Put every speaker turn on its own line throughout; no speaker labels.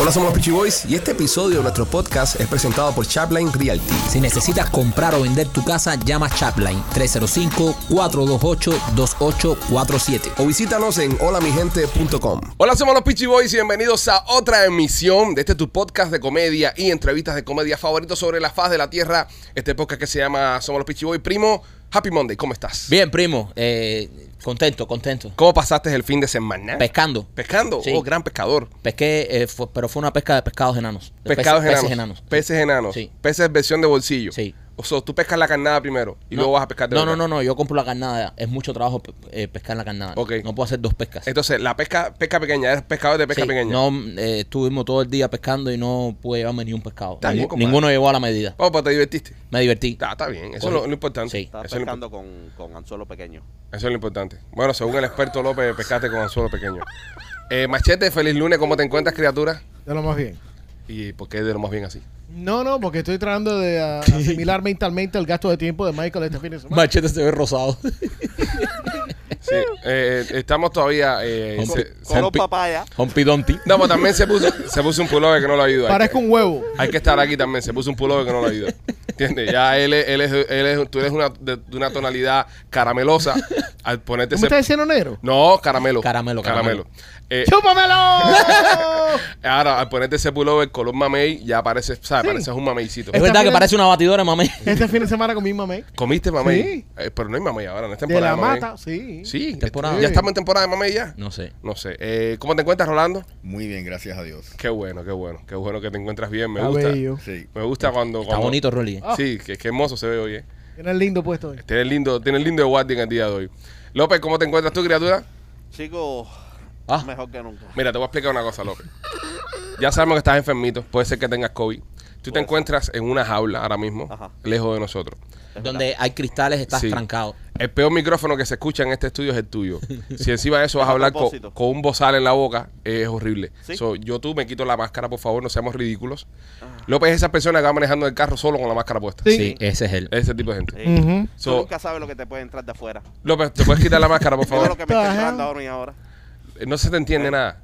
Hola, somos los Peachy Boys y este episodio de nuestro podcast es presentado por Chapline Realty.
Si necesitas comprar o vender tu casa, llama Chapline 305-428-2847.
O visítanos en holamigente.com. Hola, somos los Peachy Boys y bienvenidos a otra emisión de este tu podcast de comedia y entrevistas de comedia favoritos sobre la faz de la tierra. Este podcast que se llama Somos los Peachy Boys. Primo, Happy Monday, ¿cómo estás?
Bien, primo. Eh, contento, contento.
¿Cómo pasaste el fin de semana?
Pescando.
Pescando,
Sí.
oh, gran pescador.
Pesqué, eh, fue- pero fue una pesca de pescados enanos. De
Pescados enanos.
peces- peces enanos.
Peces enanos.
Sí.
Peces versión de bolsillo.
Sí.
O sea, tú pescas la carnada primero y luego vas a pescar de
No,
verdad.
no, no, no. Yo compro la carnada. Es mucho trabajo pe- eh, pescar la carnada.
Ok.
No puedo hacer dos pescas.
Entonces, la pesca, pesca pequeña, eres pescador de pesca
Sí,
pequeña.
No, eh, estuvimos todo el día pescando y no pude llevarme ni un pescado.
Está
Ningú-
bien, compadre.
ninguno llegó a la medida.
Oh, pues te divertiste.
Me divertí.
Está, está bien, eso es
Correcto.
lo, lo importante.
Sí.
Eso,
Estaba
es lo,
pescando con, con anzuelo pequeño.
impo- eso es lo importante. Bueno, según el experto López, pescaste con anzuelo pequeño. Eh, machete, feliz lunes, ¿cómo te encuentras, criatura?
De lo más bien.
¿Y por qué de lo más bien así?
No, no, porque estoy tratando de ah, asimilar mentalmente el gasto de tiempo de Michael este fin de semana.
Machete se ve rosado.
Sí, eh, eh, estamos todavía... eh,
Con-
se- se-
Color
pi-
papaya.
Humpty Dumpty.
no, pero también se puso, se puso un pullover que no lo ayuda.
Parezco un huevo.
Hay que estar aquí también. Se puso un pullover que no lo ayuda. ¿Entiendes? Ya él, es- él es, él es- tú eres una, de, de una tonalidad caramelosa al ponerte
¿Tú
ese...
me estás diciendo negro?
No, caramelo.
Caramelo,
Caramelo.
caramelo.
Eh,
¡Chúpamelo!
ahora, al ponerte ese pullover color mamey, ya pareces, ¿sabes? Pareces un mameycito.
Es verdad que
bien.
parece una batidora, mami.
este fin de semana comí mamey.
¿Comiste mamey?
Sí.
Eh, pero no hay mamey ahora, no es
De
temporada
la
de mamey.
mata, sí.
Sí,
Temporada.
ya estamos en temporada de mamey ya.
No sé.
No sé. Eh, ¿Cómo te encuentras, Rolando?
Muy bien, gracias a Dios.
Qué bueno, qué bueno. Qué bueno que te encuentras bien. Me
Está
gusta.
bello. Ah.
Sí.
Me gusta cuando...
Está
cuando-
bonito, Rolly.
Ah,
Sí, qué, qué hermoso se ve hoy, eh.
Tienes lindo puesto ¿eh? hoy.
Tienes lindo, tienes lindo de guardia en el día de hoy. López, ¿cómo te encuentras tú, criatura?
Chico,
Ah.
mejor que nunca.
Mira, te voy a explicar una cosa, López. Ya sabemos que estás enfermito, puede ser que tengas COVID. Tú te
Puede ser.
encuentras en una jaula ahora mismo,
Ajá.
lejos de nosotros.
Donde hay cristales, estás
Sí.
trancado.
El peor micrófono que se escucha en este estudio es el tuyo. Si encima de eso vas a
A
hablar co- con,
propósito.
un bozal en la boca, eh, es horrible.
¿Sí?
So, yo tú me quito la máscara, por favor, no seamos ridículos.
Ah.
López es esa persona que va manejando el carro solo con la máscara puesta.
Sí.
Sí, ese es él.
Ese tipo de gente.
Sí.
Ujú.
Eh, Tú
So,
nunca sabes lo que te puede entrar de afuera.
López, ¿te puedes quitar la máscara, por
Todo lo
favor?
que me
Ajá.
está entrando ahora y ahora.
Eh, No se te entiende nada.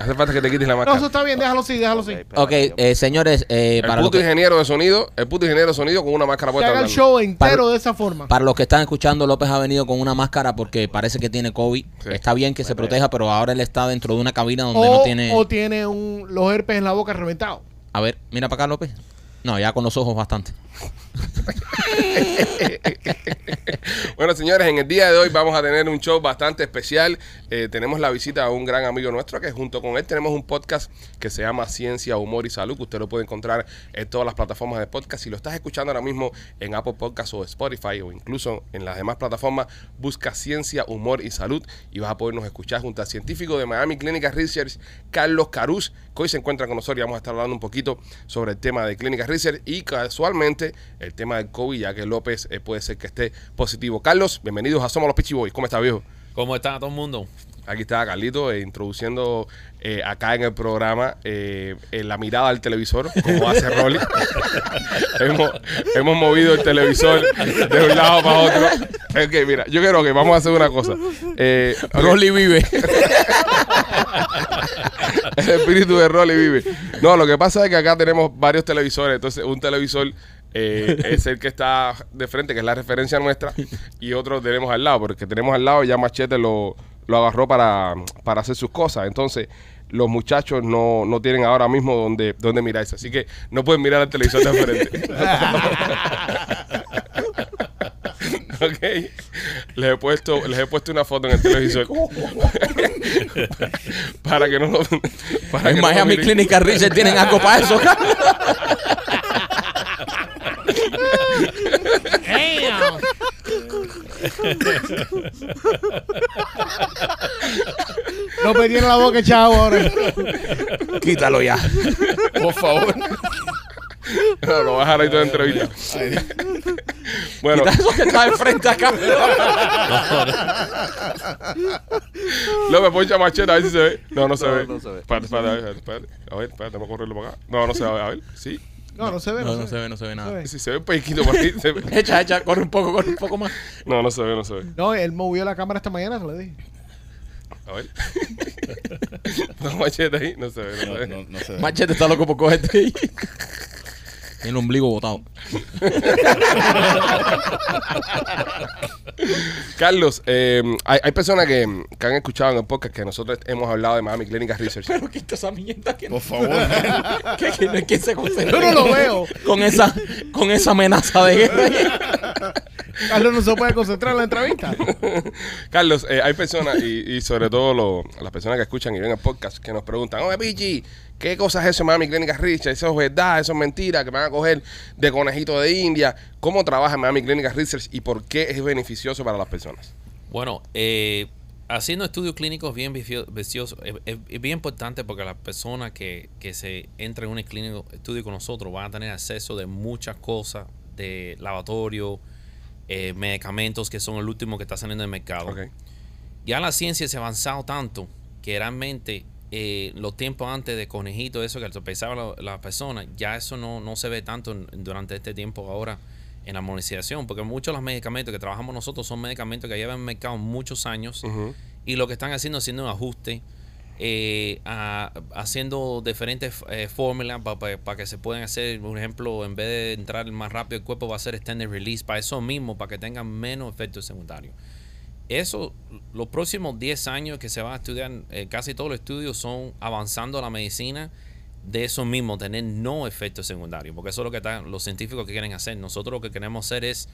Hace falta que te quites la
No,
máscara.
eso está bien, déjalo así, déjalo así.
Ok,
Ok,
espérate, yo-
eh, señores, eh,
El
para, los
puto
que,
ingeniero de sonido, el puto ingeniero de sonido con una máscara
Que
puesta.
haga el
hablando.
show entero
Para-
de esa forma.
para los que están escuchando, López ha venido con una máscara porque parece que tiene COVID.
Sí.
Está bien que se proteja, pero ahora él está dentro de una cabina donde
o,
no
tiene...
tiene...
o tiene un, los herpes en la boca reventado.
A ver, mira para acá, López. No, ya con los ojos bastante.
Bueno, señores, en el día de hoy vamos a tener un show bastante especial. Eh, tenemos la visita a un gran amigo nuestro que junto con él tenemos un podcast que se llama Ciencia, Humor y Salud, que usted lo puede encontrar en todas las plataformas de podcast. Si lo estás escuchando ahora mismo en Apple Podcasts o Spotify o incluso en las demás plataformas, busca Ciencia, Humor y Salud y vas a podernos escuchar junto al científico de Miami Clinical Research, Carlos Caruz, que hoy se encuentra con nosotros y vamos a estar hablando un poquito sobre el tema de Clinical Research y casualmente el tema del COVID, ya que López eh, puede ser que esté positivo. Carlos, bienvenidos a Somos los Pichi Boys. ¿Cómo está, viejo?
¿Cómo está todo el mundo?
Aquí está Carlito eh, introduciendo eh, acá en el programa eh, eh, la mirada al televisor, como hace Rolly. hemos, hemos movido el televisor de un lado para otro. Ok, mira, yo creo que vamos a hacer una cosa. Eh, ok.
Rolly vive.
El espíritu de Rolly vive. No, lo que pasa es que acá tenemos varios televisores. Entonces, un televisor eh, es el que está de frente, que es la referencia nuestra, y otro tenemos al lado, porque tenemos al lado ya Machete lo, lo agarró para, para hacer sus cosas. Entonces, los muchachos no, no tienen ahora mismo donde, donde mirarse. Así que no pueden mirar al televisor de frente. Ok. Les he puesto, les he puesto una foto en el televisor. para que no lo- para
En
que no lo
Miami
miren.
Clinical Research tienen algo para eso.
López tiene la boca echado ahora.
Quítalo ya.
Por favor.
No, lo voy a dejar ahí toda la entrevista. Bueno,
Quita eso que está de frente acá.
López, poncha macheta, a ver si se ve. No, no se
No,
ve.
no se ve.
Espérate, espérate, a ver, espérate. A ver, espérate, vamos a correrlo para acá. No, no se ve, a ver. Sí,
No, no se ve.
No, no se ve, no se ve nada.
sí, se ve un pellizquito por ahí. se ve.
Echa, echa, corre un poco, corre un poco más.
No, no se ve, no se ve.
No, él movió la cámara esta mañana, se lo dije.
A ver. no, machete ahí. No se ve. No se
No,
ve.
no, no se ve.
Eh. Machete está loco por cogerte ahí. Tiene el ombligo botado.
Carlos, eh, hay, hay personas que, que han escuchado en el podcast que nosotros hemos hablado de Miami Clinical Research.
Pero quita esa mierda que no,
Por favor.
que, que no es que se concentre.
Yo no lo veo.
Con esa, con esa amenaza de guerra.
Carlos no se puede concentrar en la entrevista.
Carlos, eh, hay personas, y, y sobre todo lo- las personas que escuchan y ven el podcast, que nos preguntan, oye, Pichi, ¿qué cosas es eso de Miami Clinical Research? ¿Eso es verdad? ¿Eso es mentira? ¿Que me van a coger de conejito de India? ¿Cómo trabaja Miami Clinical Research y por qué es beneficioso para las personas?
Bueno, eh, haciendo estudios clínicos bien viciosos es, es- es bien importante porque las personas que, que se entran en un clínico, estudio con nosotros van a tener acceso de muchas cosas, de laboratorio, eh, medicamentos que son el último que está saliendo del mercado.
Ok.
Ya la ciencia se ha avanzado tanto que realmente eh, los tiempos antes de conejito, eso que pensaban la- las personas, ya eso no, no se ve tanto en- durante este tiempo ahora en la monetización, porque muchos de los medicamentos que trabajamos nosotros son medicamentos que llevan en el mercado muchos años
Ujú.
y lo que están haciendo es haciendo un ajuste, eh, a- haciendo diferentes eh, fórmulas para que se puedan hacer, por ejemplo, en vez de entrar más rápido el cuerpo va a hacer extended release, para eso mismo, para que tengan menos efectos secundarios. Eso, los próximos 10 años que se van a estudiar, eh, casi todos los estudios son avanzando la medicina de eso mismo, tener no efectos secundarios, porque eso es lo que están los científicos que quieren hacer. Nosotros lo que queremos hacer es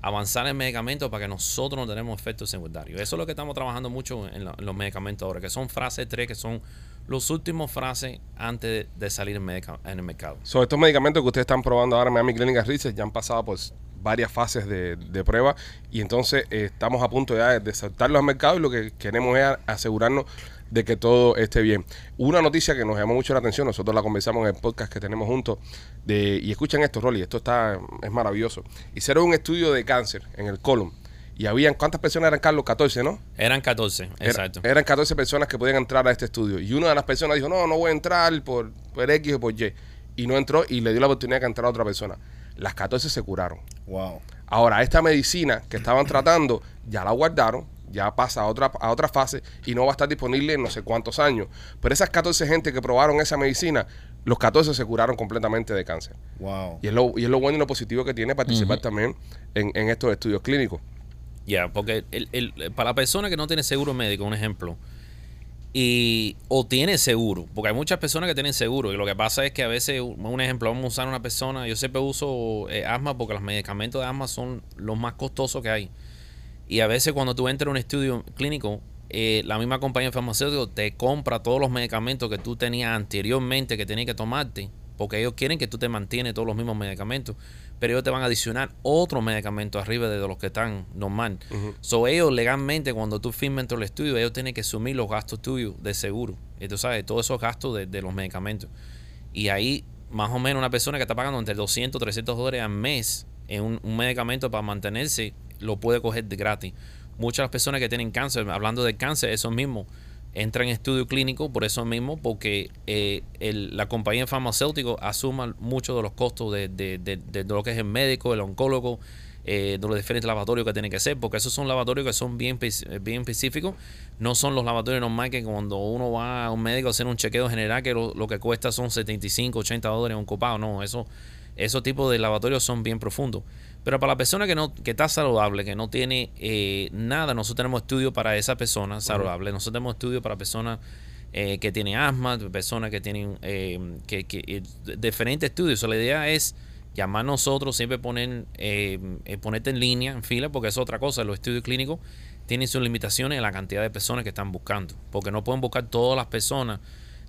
avanzar en medicamentos para que nosotros no tenemos efectos secundarios. Eso es lo que estamos trabajando mucho en, la- en los medicamentos ahora, que son frases 3, que son los últimos frases antes de, de salir en, medica- en el mercado.
So, estos medicamentos que ustedes están probando ahora en Miami Clinical Research ya han pasado por varias fases de, de prueba y entonces eh, estamos a punto ya de, de soltarlos al mercado y lo que queremos es a- asegurarnos de que todo esté bien. Una noticia que nos llamó mucho la atención, nosotros la conversamos en el podcast que tenemos juntos, de, y escuchen esto, Rolly, esto está es maravilloso. Hicieron un estudio de cáncer en el colon y habían, ¿cuántas personas eran, Carlos? 14, ¿no?
Eran 14,
Era-
exacto.
eran 14 personas que podían entrar a este estudio. Y una de las personas dijo, no, no voy a entrar por, por X o por Y. Y no entró y le dio la oportunidad que entrara otra persona. Las 14 se curaron.
Wow.
Ahora, esta medicina que estaban tratando, ya la guardaron, ya pasa a otra, a otra fase y no va a estar disponible en no sé cuántos años. Pero esas 14 gente que probaron esa medicina, los 14 se curaron completamente de cáncer.
Wow.
Y es lo, y es lo bueno y lo positivo que tiene participar también en, en estos estudios clínicos.
Ya, porque el- el- para la persona que no tiene seguro médico, un ejemplo, y, o tiene seguro, porque hay muchas personas que tienen seguro, y lo que pasa es que a veces, un un ejemplo, vamos a usar una persona, yo siempre uso eh, asma porque los medicamentos de asma son los más costosos que hay. Y a veces cuando tú entras a un estudio clínico, eh, la misma compañía farmacéutica te compra todos los medicamentos que tú tenías anteriormente que tenías que tomarte, porque ellos quieren que tú te mantienes todos los mismos medicamentos, pero ellos te van a adicionar otros medicamentos arriba de los que están normal. So ellos legalmente cuando tú firmas dentro del estudio, ellos tienen que asumir los gastos tuyos de seguro. Y tú sabes, todos esos gastos de, de los medicamentos. Y ahí, más o menos, una persona que está pagando entre 200 300 dólares al mes en un, un medicamento para mantenerse, lo puede coger de gratis. Muchas de las personas que tienen cáncer, hablando del cáncer, eso mismo, entran en estudio clínico por eso mismo, porque eh, el- la compañía farmacéutica asuma muchos de los costos de, de- de- de lo que es el médico, el oncólogo, eh, de los diferentes lavatorios que tienen que hacer, porque esos son lavatorios que son bien, espe- bien específicos, no son los lavatorios normales que cuando uno va a un médico a hacer un chequeo general, que lo, lo que cuesta son 75, 80 dólares un copado, no, eso, esos tipos de lavatorios son bien profundos. Pero para la persona que no que está saludable, que no tiene eh, nada, nosotros tenemos estudios para esa persona saludable, nosotros tenemos estudios para personas eh, que tienen asma, personas que tienen eh, que, que- eh, d- diferentes estudios. So, la idea es llamar nosotros, siempre poner, eh, eh, ponerte en línea, en fila, porque es otra cosa. Los estudios clínicos tienen sus limitaciones en la cantidad de personas que están buscando, porque no pueden buscar todas las personas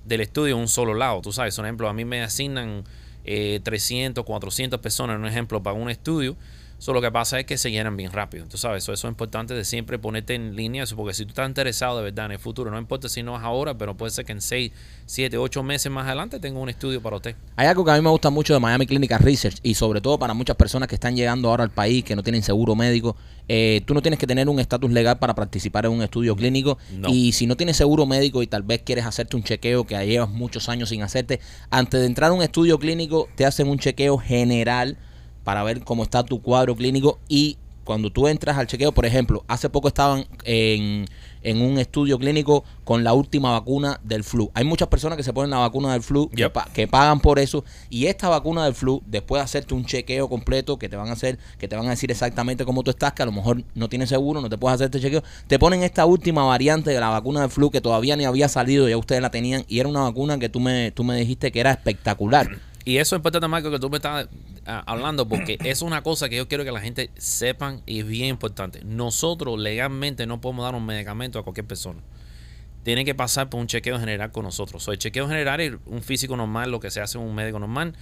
del estudio en un solo lado. Tú sabes, por ejemplo, a mí me asignan eh, 300, 400 personas, un ejemplo, para un estudio. So, lo que pasa es que se llenan bien rápido. Tú sabes, so, eso es importante de siempre ponerte en línea, so, porque si tú estás interesado de verdad en el futuro, no importa si no es ahora, pero puede ser que en 6, 7, 8 meses más adelante tenga un estudio para usted.
Hay algo que a mí me gusta mucho de Miami Clinical Research y sobre todo para muchas personas que están llegando ahora al país, que no tienen seguro médico. eh, tú no tienes que tener un estatus legal para participar en un estudio clínico
No.
y si no tienes seguro médico y tal vez quieres hacerte un chequeo que llevas muchos años sin hacerte, antes de entrar a un estudio clínico te hacen un chequeo general para ver cómo está tu cuadro clínico y cuando tú entras al chequeo, por ejemplo, hace poco estaban en, en un estudio clínico con la última vacuna del flu. Hay muchas personas que se ponen la vacuna del flu, que,
Yep.
pa- que pagan por eso, y esta vacuna del flu, después de hacerte un chequeo completo, que te van a hacer, que te van a decir exactamente cómo tú estás, que a lo mejor no tienes seguro, no te puedes hacer este chequeo, te ponen esta última variante de la vacuna del flu que todavía ni había salido, ya ustedes la tenían, y era una vacuna que tú me, tú me dijiste que era espectacular.
Y eso es importante, Marco, que tú me estás ah, hablando, porque es una cosa que yo quiero que la gente sepan y es bien importante. Nosotros legalmente no podemos dar un medicamento a cualquier persona. Tiene que pasar por un chequeo general con nosotros. So, el chequeo general es un físico normal, lo que se hace en un médico normal.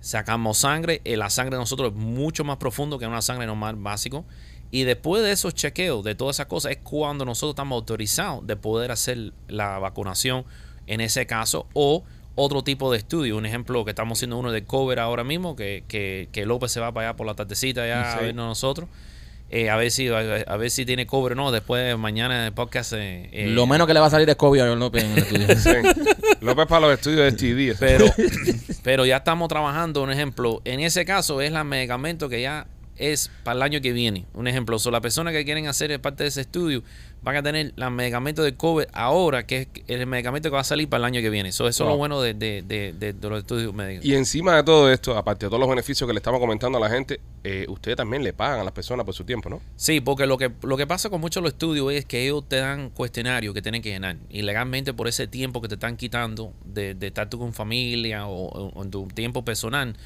Sacamos sangre, eh, la sangre de nosotros es mucho más profundo que una sangre normal básico. Y después de esos chequeos, de todas esas cosas, es cuando nosotros estamos autorizados de poder hacer la vacunación en ese caso o otro tipo de estudio. Un ejemplo que estamos haciendo uno de cover ahora mismo, que, que, que López se va para allá por la tardecita ya a vernos nosotros. Eh, a ver si a, a ver si tiene cover o no. Después mañana en el podcast. eh, eh,
Lo menos que le va a salir es COVID a John López en el estudio.
Sí. López para los estudios de TV.
pero, pero ya estamos trabajando, un ejemplo. En ese caso es el medicamento que ya es para el año que viene. Un ejemplo, so, la persona que quieren hacer parte de ese estudio van a tener los medicamentos de COVID ahora, que es el medicamento que va a salir para el año que viene. So, eso es lo
Wow.
bueno de, de- de- de- de los estudios médicos.
Y encima de todo esto, aparte de todos los beneficios que le estamos comentando a la gente, eh, ustedes también le pagan a las personas por su tiempo, ¿no?
Sí, porque lo que, lo que pasa con muchos de los estudios es que ellos te dan cuestionarios que tienen que llenar. Y legalmente por ese tiempo que te están quitando de, de estar tú con familia o, o- o en tu tiempo personal,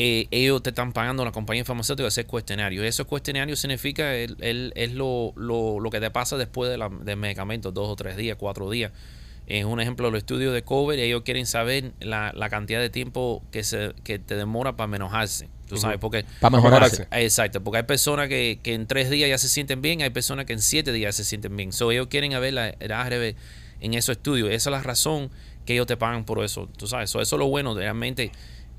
eh, ellos te están pagando la compañía farmacéutica ese cuestionario. Esos cuestionarios significa el, el- es lo, lo- lo que te pasa después de la- del medicamento, dos o tres días, cuatro días. Es un ejemplo, los estudios de COVID, ellos quieren saber la, la cantidad de tiempo que, se, que te demora para menojarse. Tú sabes, porque
Para mejorarse.
mejorarse.
Exacto, porque hay personas que, que en tres días ya se sienten bien, hay personas que en siete días ya se sienten bien. So, ellos quieren haber la, la ARB en esos estudios. Esa es la razón que ellos te pagan por eso. Tú sabes, So, eso es lo bueno. Realmente,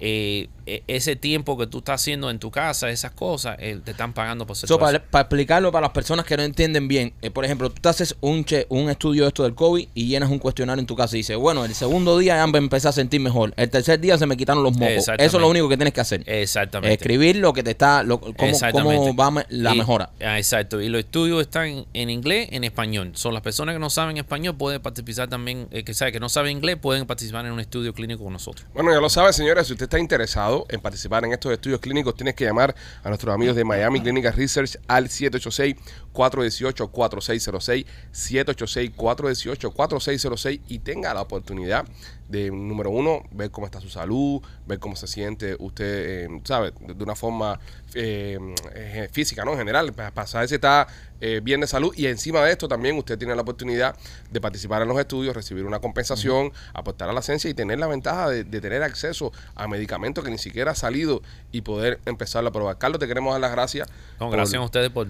eh, e- ese tiempo que tú estás haciendo en tu casa, esas cosas, eh, te están pagando por hacer
So,
todo
para,
eso.
para explicarlo para las personas que no entienden bien, eh, por ejemplo, tú te haces un, che- un estudio de esto del COVID y llenas un cuestionario en tu casa y dices, bueno, el segundo día ya me empecé a sentir mejor, el tercer día se me quitaron los mocos. Eso es
Exactamente.
lo único que tienes que hacer.
Exactamente.
Escribir lo que te está, lo, cómo, cómo
Exactamente.
va me- la
Y-
mejora.
ah, exacto. Y los estudios están en inglés, en español. Son las personas que no saben español pueden participar también, eh, que, sabe, que no saben inglés pueden participar en un estudio clínico con nosotros.
Bueno, ya lo saben, señores, si usted está interesado en participar en estos estudios clínicos, tienes que llamar a nuestros amigos de Miami Clinical Research al 786-418-4606, 786-418-4606 y tenga la oportunidad de, número uno, ver cómo está su salud, ver cómo se siente usted, eh, ¿sabe? De una forma eh, eh, física, ¿no? En general, para para saber si está eh, bien de salud y encima de esto también usted tiene la oportunidad de participar en los estudios, recibir una compensación, aportar a la ciencia y tener la ventaja de, de tener acceso a medicamentos que ni siquiera ha salido y poder empezarlo a probar. Carlos, te queremos dar las gracias.
No,
por-
gracias a ustedes por.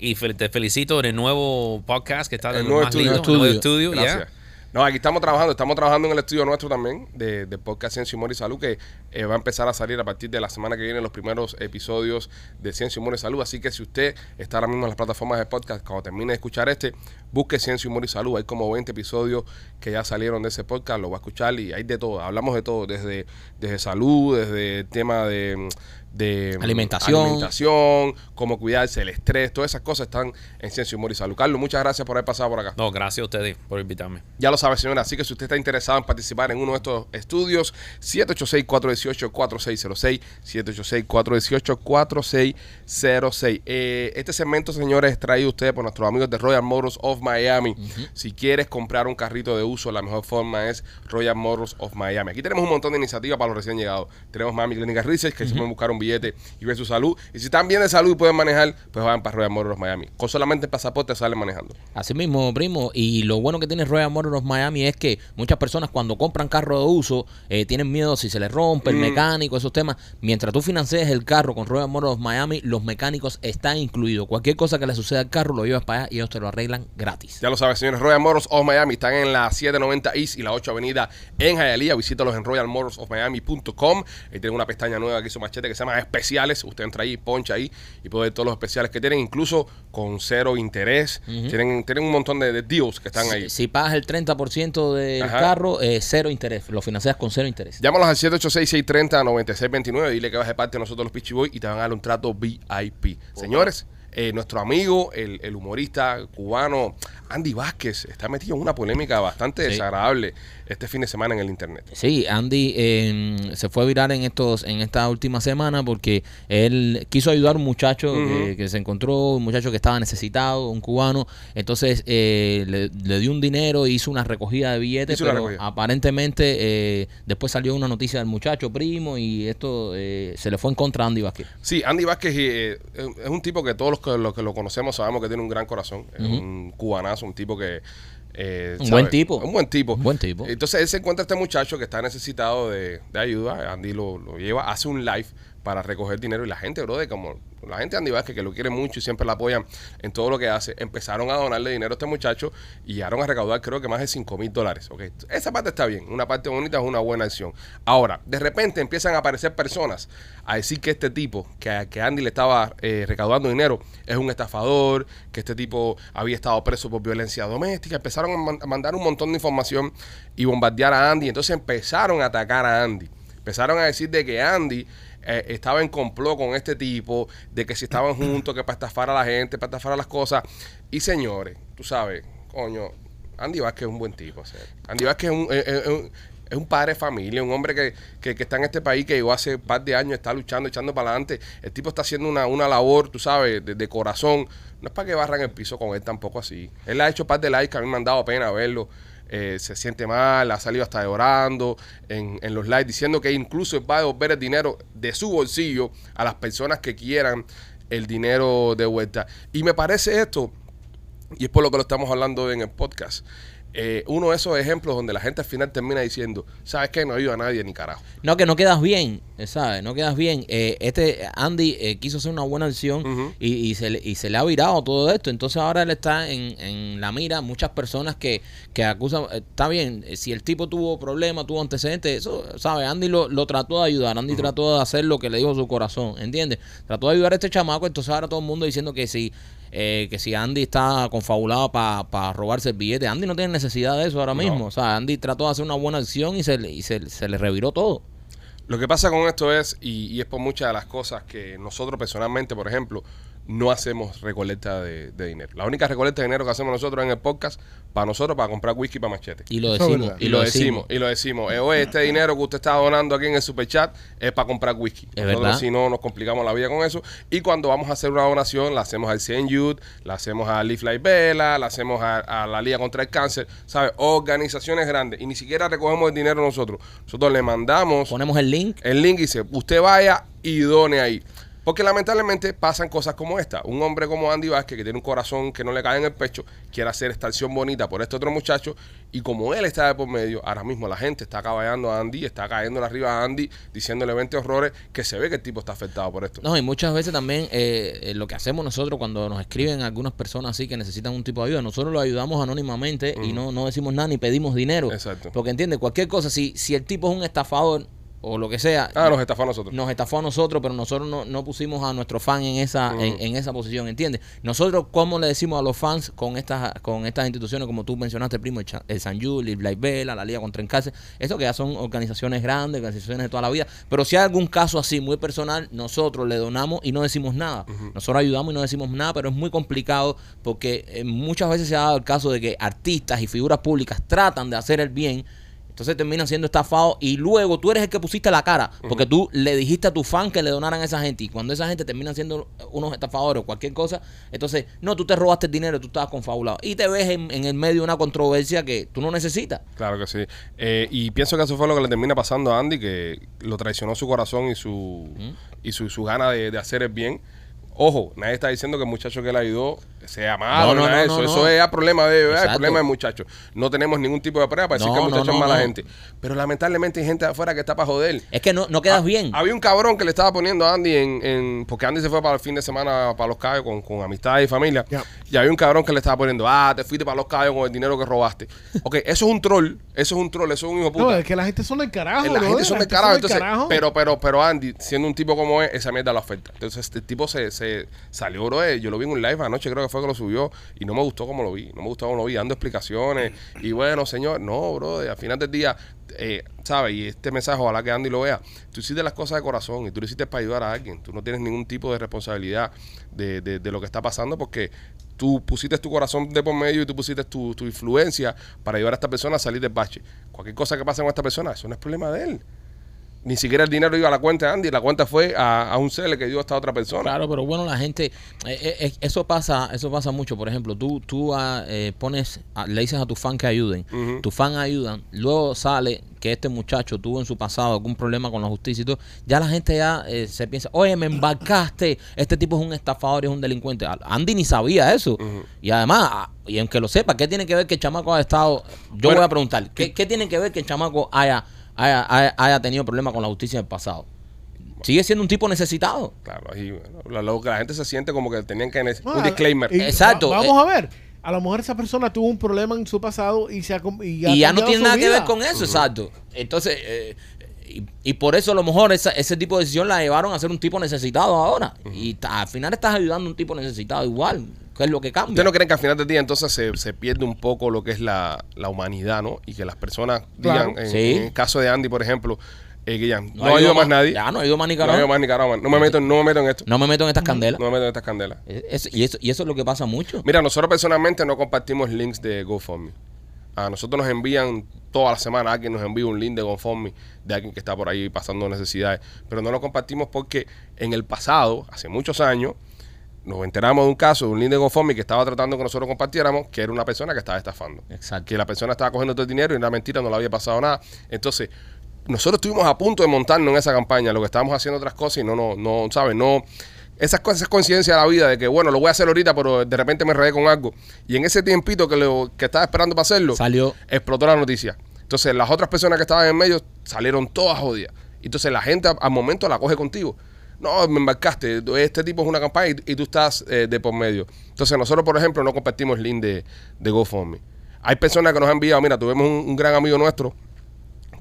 Y fel- te felicito en el nuevo podcast que está
El
de lo
nuevo
más
estudio.
lindo, el nuevo estudio, ya.
Gracias. No, aquí estamos trabajando, estamos trabajando en el estudio nuestro también, de, de Podcast Ciencia, Humor y Salud, que eh, va a empezar a salir a partir de la semana que viene los primeros episodios de Ciencia, Humor y Salud. Así que si usted está ahora mismo en las plataformas de podcast, cuando termine de escuchar este, busque Ciencia, Humor y Salud. Hay como 20 episodios que ya salieron de ese podcast, lo va a escuchar y hay de todo. Hablamos de todo, desde, desde salud, desde el tema de... de
Alimentación.
alimentación alimentación, cómo cuidarse, el estrés, todas esas cosas están en Ciencia, Humor y Salud. Carlos, muchas gracias por haber pasado por acá.
No, gracias a ustedes por invitarme.
Ya lo sabe, señora. Así que si usted está interesado en participar en uno de estos estudios, 786-418-4606, 786-418-4606. Eh, este segmento, señores, es traído a ustedes por nuestros amigos de Royal Motors of Miami. Si quieres comprar un carrito de uso, la mejor forma es Royal Motors of Miami. Aquí tenemos un montón de iniciativas para los recién llegados. Tenemos Miami Clinic Research, que se pueden buscar un billete y ver su salud. Y si están bien de salud y pueden manejar, pues vayan para Royal Motors of Miami. Con solamente el pasaporte salen manejando.
Así mismo, primo. Y lo bueno que tiene Royal Motors Miami es que muchas personas cuando compran carro de uso eh, tienen miedo si se les rompe
Mm.
el mecánico, esos temas. Mientras tú financies el carro con Royal Motors Miami, los mecánicos están incluidos. Cualquier cosa que le suceda al carro lo llevas para allá y ellos te lo arreglan gratis.
Ya lo sabes, señores. Royal Motors of Miami están en la 790 East y la 8 Avenida en Hialeah. Visítalos en royalmotorsofmiami.com. Ahí tienen una pestaña nueva que hizo Machete que se llama Especiales. Usted entra ahí, poncha ahí y puede ver todos los especiales que tienen, incluso con cero interés. tienen, tienen un montón de, de deals que están ahí.
Si, si pagas el 30% del
Ajá.
carro, eh, cero interés. Lo financias con cero interés.
Llámalos al 786-630-9629. Dile que vas de parte de nosotros los Pitchy Boys y te van a dar un trato VIP. Señores, Eh, nuestro amigo, el, el humorista cubano Andy Vázquez, está metido en una polémica bastante
Sí.
desagradable este fin de semana en el internet.
Sí, Andy eh, se fue a virar en estos, en esta última semana porque él quiso ayudar a un muchacho que, que se encontró, un muchacho que estaba necesitado, un cubano. Entonces eh, le, le dio un dinero, hizo una recogida de billetes,
Hizo una
pero
recogida.
aparentemente eh, después salió una noticia del muchacho primo y esto eh, se le fue en contra a Andy Vázquez.
Sí, Andy Vázquez eh, eh, es un tipo que todos los que, los que lo conocemos sabemos que tiene un gran corazón. Es un cubanazo, un tipo que. eh,
Un
sabe,
buen tipo.
Un buen tipo.
Un buen tipo.
Entonces él se encuentra este muchacho que está necesitado de, de ayuda. Andy lo, lo lleva, hace un live para recoger dinero y la gente, bro, de como la gente de Andy Vázquez que lo quiere mucho y siempre la apoyan en todo lo que hace, empezaron a donarle dinero a este muchacho y llegaron a recaudar creo que más de 5 mil dólares. ok. Esa parte está bien, una parte bonita es una buena acción. Ahora, de repente empiezan a aparecer personas a decir que este tipo, que, que Andy le estaba eh, recaudando dinero, es un estafador, que este tipo había estado preso por violencia doméstica. Empezaron a, man- a mandar un montón de información y bombardear a Andy. Entonces empezaron a atacar a Andy. Empezaron a decir de que Andy eh, estaba en complot con este tipo, de que si estaban juntos, que para estafar a la gente, para estafar a las cosas. Y señores, tú sabes, coño, Andy Vázquez es un buen tipo. o sea, Andy Vázquez es un, es- es- es un- es un padre de familia, un hombre que, que- que está en este país, que llegó hace un par de años, está luchando, echando para adelante. El tipo está haciendo una, una labor, tú sabes, de, de corazón. No es para que barran el piso con él tampoco así. Él ha hecho un par de likes que a mí me han dado pena verlo. Eh, se siente mal, ha salido hasta llorando en, en los likes, diciendo que incluso él va a devolver el dinero de su bolsillo a las personas que quieran el dinero de vuelta. Y me parece esto y es por lo que lo estamos hablando en el podcast. Eh, uno de esos ejemplos donde la gente al final termina diciendo, ¿sabes qué? No ayuda a nadie ni carajo.
No, que no quedas bien, ¿sabes? No quedas bien. Eh, este Andy eh, quiso hacer una buena acción
Ujú.
y, y se le, y se le ha virado todo esto. Entonces ahora él está en, en la mira. Muchas personas que, que acusan. eh, Está bien, eh, si el tipo tuvo problemas, tuvo antecedentes, eso, ¿sabes? Andy lo, lo trató de ayudar. Andy trató de hacer lo que le dijo su corazón, ¿entiendes? Trató de ayudar a este chamaco. Entonces ahora todo el mundo diciendo que si. eh, que si Andy está confabulado para robarse el billete, Andy no tiene necesidad de eso ahora mismo. O sea, Andy trató de hacer una buena acción y se, le- y se, se le reviró todo.
Lo que pasa con esto es, y, y es por muchas de las cosas que nosotros personalmente, por ejemplo, no hacemos recolecta de, de dinero. La única recolecta de dinero que hacemos nosotros en el podcast, para nosotros, para comprar whisky para machete.
Y lo
Eso es
decimos.
verdad.
Y lo decimos, y lo decimos. Eh, oye, este dinero que usted está donando aquí en el superchat es para comprar whisky.
Es
Nosotros
verdad.
si no nos complicamos la vida con eso. Y cuando vamos a hacer una donación, la hacemos al Saint Jude, la hacemos a Leaf Life Vela, la hacemos a, a la Liga contra el Cáncer, ¿sabes? Organizaciones grandes. Y ni siquiera recogemos el dinero nosotros. Nosotros le mandamos
Ponemos el link.
el link y dice, usted vaya y done ahí. Porque lamentablemente pasan cosas como esta. Un hombre como Andy Vázquez, que tiene un corazón que no le cae en el pecho, quiere hacer esta acción bonita por este otro muchacho. Y como él está de por medio, ahora mismo la gente está caballando a Andy, está cayendo arriba a Andy, diciéndole 20 horrores, que se ve que el tipo está afectado por esto.
No, y muchas veces también eh, eh, lo que hacemos nosotros cuando nos escriben algunas personas así que necesitan un tipo de ayuda, nosotros lo ayudamos anónimamente y no, no decimos nada ni pedimos dinero.
Exacto.
Porque entiende, cualquier cosa, si, si el tipo es un estafador o lo que sea,
Ah, nos estafó a nosotros.
nos estafó a nosotros, pero nosotros no, no pusimos a nuestro fan en esa, en, en esa posición, ¿entiendes? Nosotros, ¿cómo le decimos a los fans con estas, con estas instituciones, como tú mencionaste, primo, el, Cha- el San Juli, el Black Vela, la Liga contra el Cáncer, eso que ya son organizaciones grandes, organizaciones de toda la vida, pero si hay algún caso así muy personal, nosotros le donamos y no decimos nada. Nosotros ayudamos y no decimos nada, pero es muy complicado porque eh, muchas veces se ha dado el caso de que artistas y figuras públicas tratan de hacer el bien, entonces terminan siendo estafados y luego tú eres el que pusiste la cara porque tú le dijiste a tu fan que le donaran a esa gente y cuando esa gente termina siendo unos estafadores o cualquier cosa, entonces no, tú te robaste el dinero, tú estabas confabulado y te ves en, en el medio de una controversia que tú no necesitas.
Claro que sí. Eh, y pienso que eso fue lo que le termina pasando a Andy, que lo traicionó su corazón y su
Mm.
y su, su gana de, de hacer el bien. Ojo, nadie está diciendo que el muchacho que le ayudó sea malo,
No, no,
nada de
no,
eso.
no,
eso
no.
es ya problema de ¿verdad? el
Exacto.
problema del muchacho. No tenemos ningún tipo de prueba para decir
No,
que el
no,
muchacho
no,
es mala
no.
gente. Pero lamentablemente hay gente de afuera que está para joder.
Es que no, no quedas
Ah,
bien.
Había un cabrón que le estaba poniendo a Andy en, en- Porque Andy se fue para el fin de semana para los Cayos con, con amistades y familia.
Ya.
Y había un cabrón que le estaba poniendo, ah, te fuiste para los Cayos con el dinero que robaste. Ok, eso es un troll. Eso es un troll, eso es un hijo de puta.
No, es que la gente son del carajo.
la
brother,
gente son del carajo, entonces,
carajo.
pero, pero, pero Andy, siendo un tipo como es, esa mierda la oferta. Entonces, este tipo se, se salió, bro, eh, yo lo vi en un live anoche, creo que fue que lo subió y no me gustó como lo vi. No me gustó como lo vi, dando explicaciones. Y bueno, señor, no, bro, al final del día, eh, ¿sabes? Y este mensaje, ojalá que Andy lo vea. Tú hiciste las cosas de corazón y tú lo hiciste para ayudar a alguien. Tú no tienes ningún tipo de responsabilidad de, de- de lo que está pasando porque tú pusiste tu corazón de por medio y tú pusiste tu, tu influencia para ayudar a esta persona a salir del bache. Cualquier cosa que pase con esta persona, eso no es problema de él. Ni siquiera el dinero iba a la cuenta de Andy, la cuenta fue a, a un cel que dio a esta otra persona.
Claro, pero bueno, la gente, eh, eh, eh, eso pasa, eso pasa mucho. Por ejemplo, tú, tú ah, eh, pones, ah, le dices a tus fans que ayuden,
Ujú.
tus fans ayudan, luego sale que este muchacho tuvo en su pasado algún problema con la justicia y todo, ya la gente ya eh, se piensa, oye, me embarcaste, este tipo es un estafador, y es un delincuente. A- Andy ni sabía eso. Y además, ah, y aunque lo sepa, ¿qué tiene que ver que el chamaco haya estado? Yo
Bueno,
voy a preguntar, ¿qué, ¿qué tiene que ver que el chamaco haya, haya, haya, haya tenido problemas con la justicia en el pasado? Sigue siendo un tipo necesitado.
Claro, ahí, bueno, lo- lo que la gente se siente como que tenían que nece-
No,
un
a-
disclaimer.
Ah, y-
Exacto,
va-
eh.
vamos a ver. A lo mejor esa persona tuvo un problema en su pasado y se ha com- ha
y ya no
cambiado
tiene
su
nada que ver
vida.
con eso, exacto. Entonces, eh, y, y por eso a lo mejor esa- ese tipo de decisión la llevaron a ser un tipo necesitado ahora. Y ta- al final estás ayudando a un tipo necesitado igual, que es lo que cambia.
¿Ustedes no creen que al final del día entonces se, se pierde un poco lo que es la, la humanidad, ¿no? Y que las personas digan,
Claro.
en,
Sí.
en el caso de Andy, por ejemplo, eh, que digan, no,
ha
ayuda
ido
más nadie.
Ya no ayuda más ni
no
carajo.
ayuda más ni carajo, No me meto, no me meto en esto.
No me meto en estas
No
candelas.
me meto en estas candelas.
Eso- y, eso, y eso es lo que pasa mucho.
Mira, nosotros personalmente no compartimos links de GoFundMe. A nosotros nos envían toda la semana, alguien nos envía un link de GoFundMe de alguien que está por ahí pasando necesidades. Pero no lo compartimos porque en el pasado, hace muchos años, nos enteramos de un caso de un link de GoFundMe que estaba tratando que nosotros compartiéramos, que era una persona que estaba estafando.
Exacto.
Que la persona estaba cogiendo todo el dinero y era mentira, no le había pasado nada. Entonces, nosotros estuvimos a punto de montarnos en esa campaña, lo que estábamos haciendo otras cosas y no, no, no, ¿sabes? No. Esas cosas, esas coincidencias de la vida, de que bueno, lo voy a hacer ahorita, pero de repente me enredé con algo. Y en ese tiempito que, lo, que estaba esperando para hacerlo,
Salió.
explotó la noticia. Entonces, las otras personas que estaban en medio salieron todas jodidas. Entonces, la gente al momento la coge contigo. No, me embarcaste. Este tipo es una campaña y, y tú estás eh, de por medio. Entonces, nosotros, por ejemplo, no compartimos el link de, de GoFundMe. Hay personas que nos han enviado. Mira, tuvimos un, un gran amigo nuestro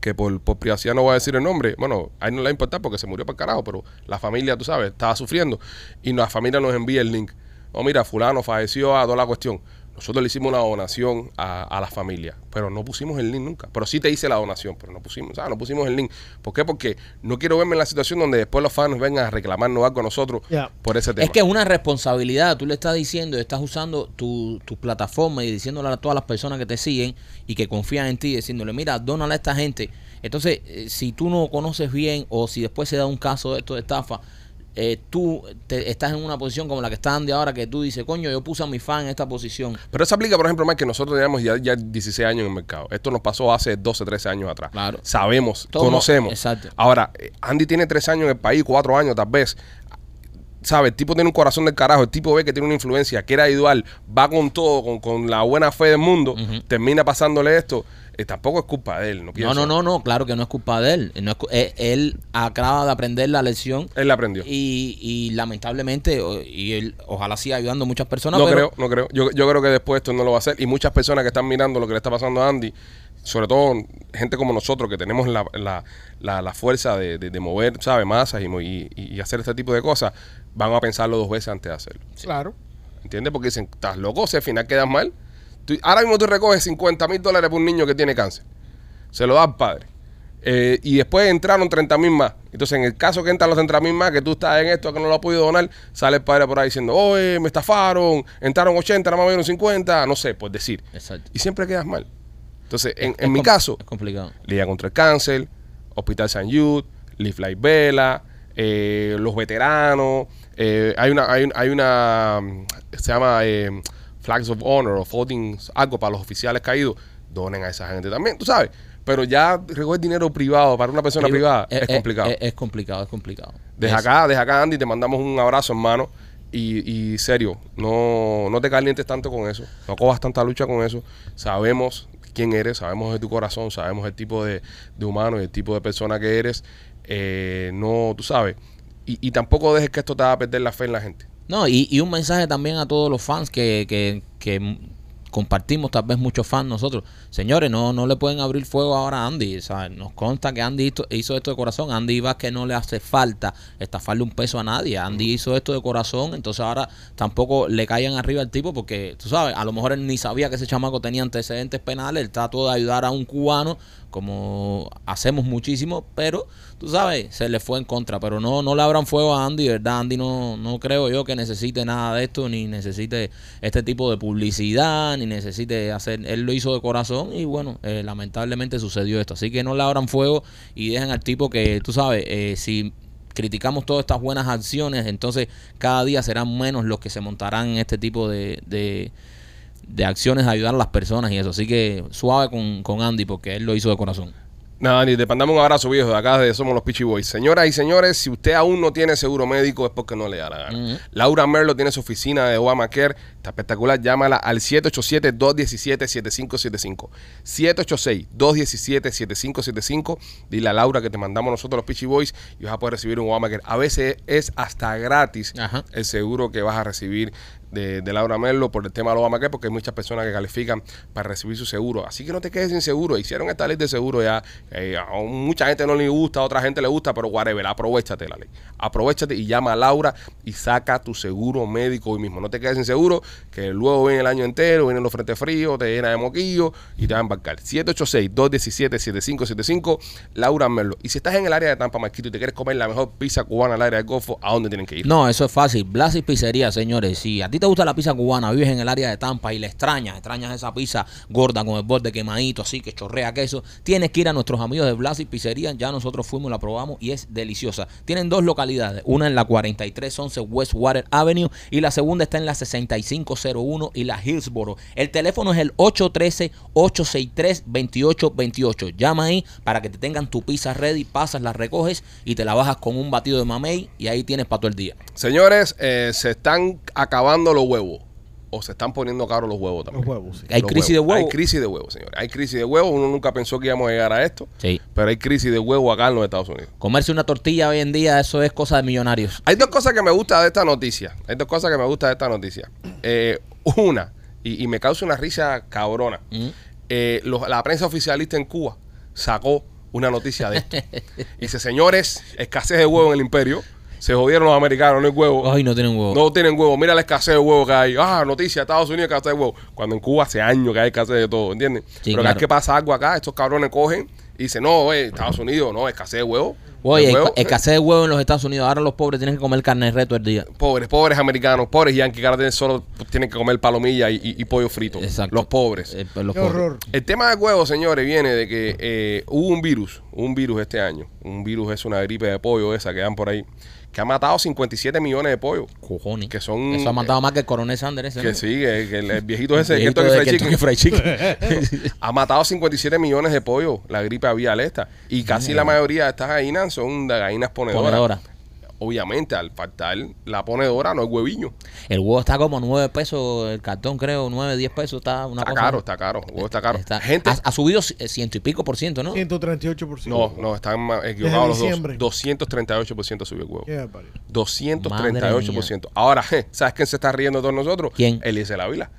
que por, por privacidad no voy a decir el nombre. Bueno, a él no le va a importar porque se murió para carajo, pero la familia, tú sabes, estaba sufriendo. Y la familia nos envía el link. No, mira, fulano falleció a toda la cuestión. Nosotros le hicimos una donación a, a la familia, pero no pusimos el link nunca. Pero sí te hice la donación, pero no pusimos, ¿sabes? No pusimos el link. ¿Por qué? Porque no quiero verme en la situación donde después los fans vengan a reclamarnos algo a nosotros
Ya.
por ese tema.
Es que es una responsabilidad. Tú le estás diciendo, estás usando tu, tu plataforma y diciéndole a todas las personas que te siguen y que confían en ti, diciéndole, mira, dónale a esta gente. Entonces, eh, si tú no conoces bien o si después se da un caso de esto de estafa, eh, tú te- estás en una posición como la que está Andy ahora, que tú dices, coño, yo puse a mi fan en esta posición.
Pero eso aplica, por ejemplo, más que nosotros teníamos ya, ya 16 años en el mercado. Esto nos pasó hace 12, 13 años atrás.
Claro.
Sabemos,
Todo-
conocemos.
exacto.
Ahora, eh, Andy tiene 3 años en el país, 4 años tal vez. ¿Sabes? El tipo tiene un corazón del carajo. El tipo ve que tiene una influencia, quiere ayudar, va con todo, con, con la buena fe del mundo. Termina pasándole esto. Eh, tampoco es culpa de él, no
No,
pienso.
no, no, no, claro que no es culpa de él. No es cu- eh, él acaba de aprender la lección.
Él la aprendió.
Y, y lamentablemente, o- y él ojalá siga ayudando a muchas personas.
No creo,
pero-
no creo. Yo, yo creo que después esto no lo va a hacer. Y muchas personas que están mirando lo que le está pasando a Andy, sobre todo gente como nosotros que tenemos la, la- la- la fuerza de, de- de mover, ¿sabes? Masas y, mo- y- y hacer este tipo de cosas, van a pensarlo dos veces antes de hacerlo.
Claro.
¿Entiendes? Porque dicen, estás loco, o sea, al final quedas mal. Tú- ahora mismo tú recoges 50 mil dólares por un niño que tiene cáncer. Se lo da al padre. Eh, y después entraron 30 mil más. Entonces, en el caso que entran los 30 mil más, que tú estás en esto, que no lo has podido donar, sale el padre por ahí diciendo, oye, me estafaron, entraron 80, nada más me dieron 50, no sé, por decir.
Exacto.
Y siempre quedas mal. Entonces, en,
Es
en mi
com-
caso,
Es complicado.
Liga contra el Cáncer, Hospital San Jude, Live Life Vela, eh, los veteranos. eh, hay una, hay, un- hay una, mm, se llama eh, Flags of Honor o Folding, algo para los oficiales caídos. Donen a esa gente también, tú sabes. Pero ya recoger dinero privado para una persona
Pero-
privada es,
eh, eh,
complicado.
Es, es complicado, es complicado.
Desde
Es-
acá, desde acá, Andy, te mandamos un abrazo, hermano. Y, y serio, no, no te calientes tanto con eso. No cojas tanta lucha con eso. Sabemos quién eres, sabemos de tu corazón, sabemos el tipo de, de humano y el tipo de persona que eres. Eh, no, tú sabes. Y, y tampoco dejes que esto te haga perder la fe en la gente.
No, y, y un mensaje también a todos los fans que, que, que m- compartimos tal vez muchos fans nosotros. Señores, no, no le pueden abrir fuego ahora a Andy. ¿sabes? Nos consta que Andy hizo, hizo esto de corazón. Andy Vázquez no le hace falta estafarle un peso a nadie.
Mm.
Andy hizo esto de corazón, entonces ahora tampoco le caigan arriba al tipo porque, tú sabes, a lo mejor él ni sabía que ese chamaco tenía antecedentes penales. Él trató de ayudar a un cubano como hacemos muchísimo, pero tú sabes, se le fue en contra, pero no, no le abran fuego a Andy, ¿verdad? Andy no, no creo yo que necesite nada de esto, ni necesite este tipo de publicidad, ni necesite hacer, él lo hizo de corazón y bueno, eh, lamentablemente sucedió esto, así que no le abran fuego y dejen al tipo que, tú sabes, eh, si criticamos todas estas buenas acciones, entonces cada día serán menos los que se montarán en este tipo de, de, de acciones a ayudar a las personas y eso, así que suave con, con Andy porque él lo hizo de corazón.
Nada, ni te mandamos un abrazo, viejo, de acá de Somos los Pichi Boys. Señoras y señores, si usted aún no tiene seguro médico es porque no le da la gana. Laura Merlo tiene su oficina de Obamacare, está espectacular, llámala al 787-217-7575. 786-217-7575. Dile a Laura que te mandamos nosotros los Pichi Boys y vas a poder recibir un Obamacare. A veces es hasta gratis
Ajá.
el seguro que vas a recibir de, de Laura Merlo por el tema de los Obamacare, porque hay muchas personas que califican para recibir su seguro. Así que no te quedes sin seguro. Hicieron esta ley de seguro ya. eh, a mucha gente no le gusta, a otra gente le gusta, pero whatever, aprovechate la ley. Aprovechate y llama a Laura y saca tu seguro médico hoy mismo. No te quedes sin seguro, que luego viene el año entero, vienen los frentes fríos, te llena de moquillo y te va a embarcar. 786-217-7575, Laura Merlo. Y si estás en el área de Tampa, Marquito, y te quieres comer la mejor pizza cubana al área del Golfo, ¿a dónde tienen que ir?
No, eso es fácil. Blasis Pizzería, señores. Si a ti te gusta la pizza cubana, vives en el área de Tampa y le extrañas, extrañas esa pizza gorda con el borde quemadito, así que chorrea queso, tienes que ir a nuestros amigos de Blasis Pizzería. Ya nosotros fuimos, la probamos y es deliciosa. Tienen dos localidades, una en la 4311 West Water Avenue y la segunda está en la 6501 y la Hillsboro. El teléfono es el 813-863-2828. Llama ahí para que te tengan tu pizza ready, pasas, la recoges y te la bajas con un batido de mamey y ahí tienes para todo el día.
Señores, eh, se están acabando los huevos. O se están poniendo caros los huevos también.
Los huevos, sí.
Hay
Los
crisis de huevo.
Hay crisis de huevos, señores. Hay crisis de huevos. Uno nunca pensó que íbamos a llegar a esto.
Sí.
Pero hay crisis de huevos acá en los Estados Unidos.
Comerse una tortilla hoy en día, eso es cosa de millonarios.
Hay dos cosas que me gusta de esta noticia. Hay dos cosas que me gusta de esta noticia. Eh, una, y, y me causa una risa cabrona.
Mm.
Eh, los- la prensa oficialista en Cuba sacó una noticia de esto. Y dice, señores, escasez de huevo en el imperio. Se jodieron los americanos, no hay huevo.
Ay, no tienen huevo.
No tienen huevo. Mira la escasez de huevo que hay. Ah, noticia, Estados Unidos escasez de huevo. Cuando en Cuba hace años que hay escasez de todo, ¿entiendes?
Sí,
Pero cada
claro.
vez que pasa algo acá, estos cabrones cogen y dicen, no, oye, Estados Unidos, no, escasez de huevo.
Oye,
de
esca-
huevo.
escasez de huevo en los Estados Unidos. Ahora los pobres tienen que comer carne de res todo el día.
Pobres, pobres americanos, pobres yanquis que ahora tienen solo tienen que comer palomilla y, y- y pollo frito.
Exacto.
Los pobres.
Eh, pues los
Qué
pobres.
horror.
El tema del huevo, señores, viene de que eh, hubo un virus, un virus este año. Un virus es una gripe de pollo esa que dan por ahí, que ha matado 57 millones de pollos.
Cojones.
Que son-
Eso ha matado más que el coronel Sanders. ese,
Que
¿no?
sí, que, que el, el viejito ese,
Viejito
Kentucky
de
Fried Chicken,
Kentucky Fried Chicken.
ha matado 57 millones de pollos la gripe avial esta. Y casi
eh.
la mayoría de estas gallinas son de gallinas ponedoras.
Ponedora.
Obviamente, al faltar la ponedora no hay hueviño.
El huevo está como 9 pesos, el cartón creo, 9, 10 pesos. Está una
Está
cosa-
caro, está caro. el huevo está caro.
está-
Gente,
ha, ha subido c- eh, ciento y pico por ciento, ¿no?
138%.
no, no, están ma- equivocados los dos.
diciembre.
238% subió el huevo.
Yeah, buddy.
238%. Ahora, je, ¿sabes quién se está riendo de todos nosotros?
¿Quién?
Eliezer Ávila.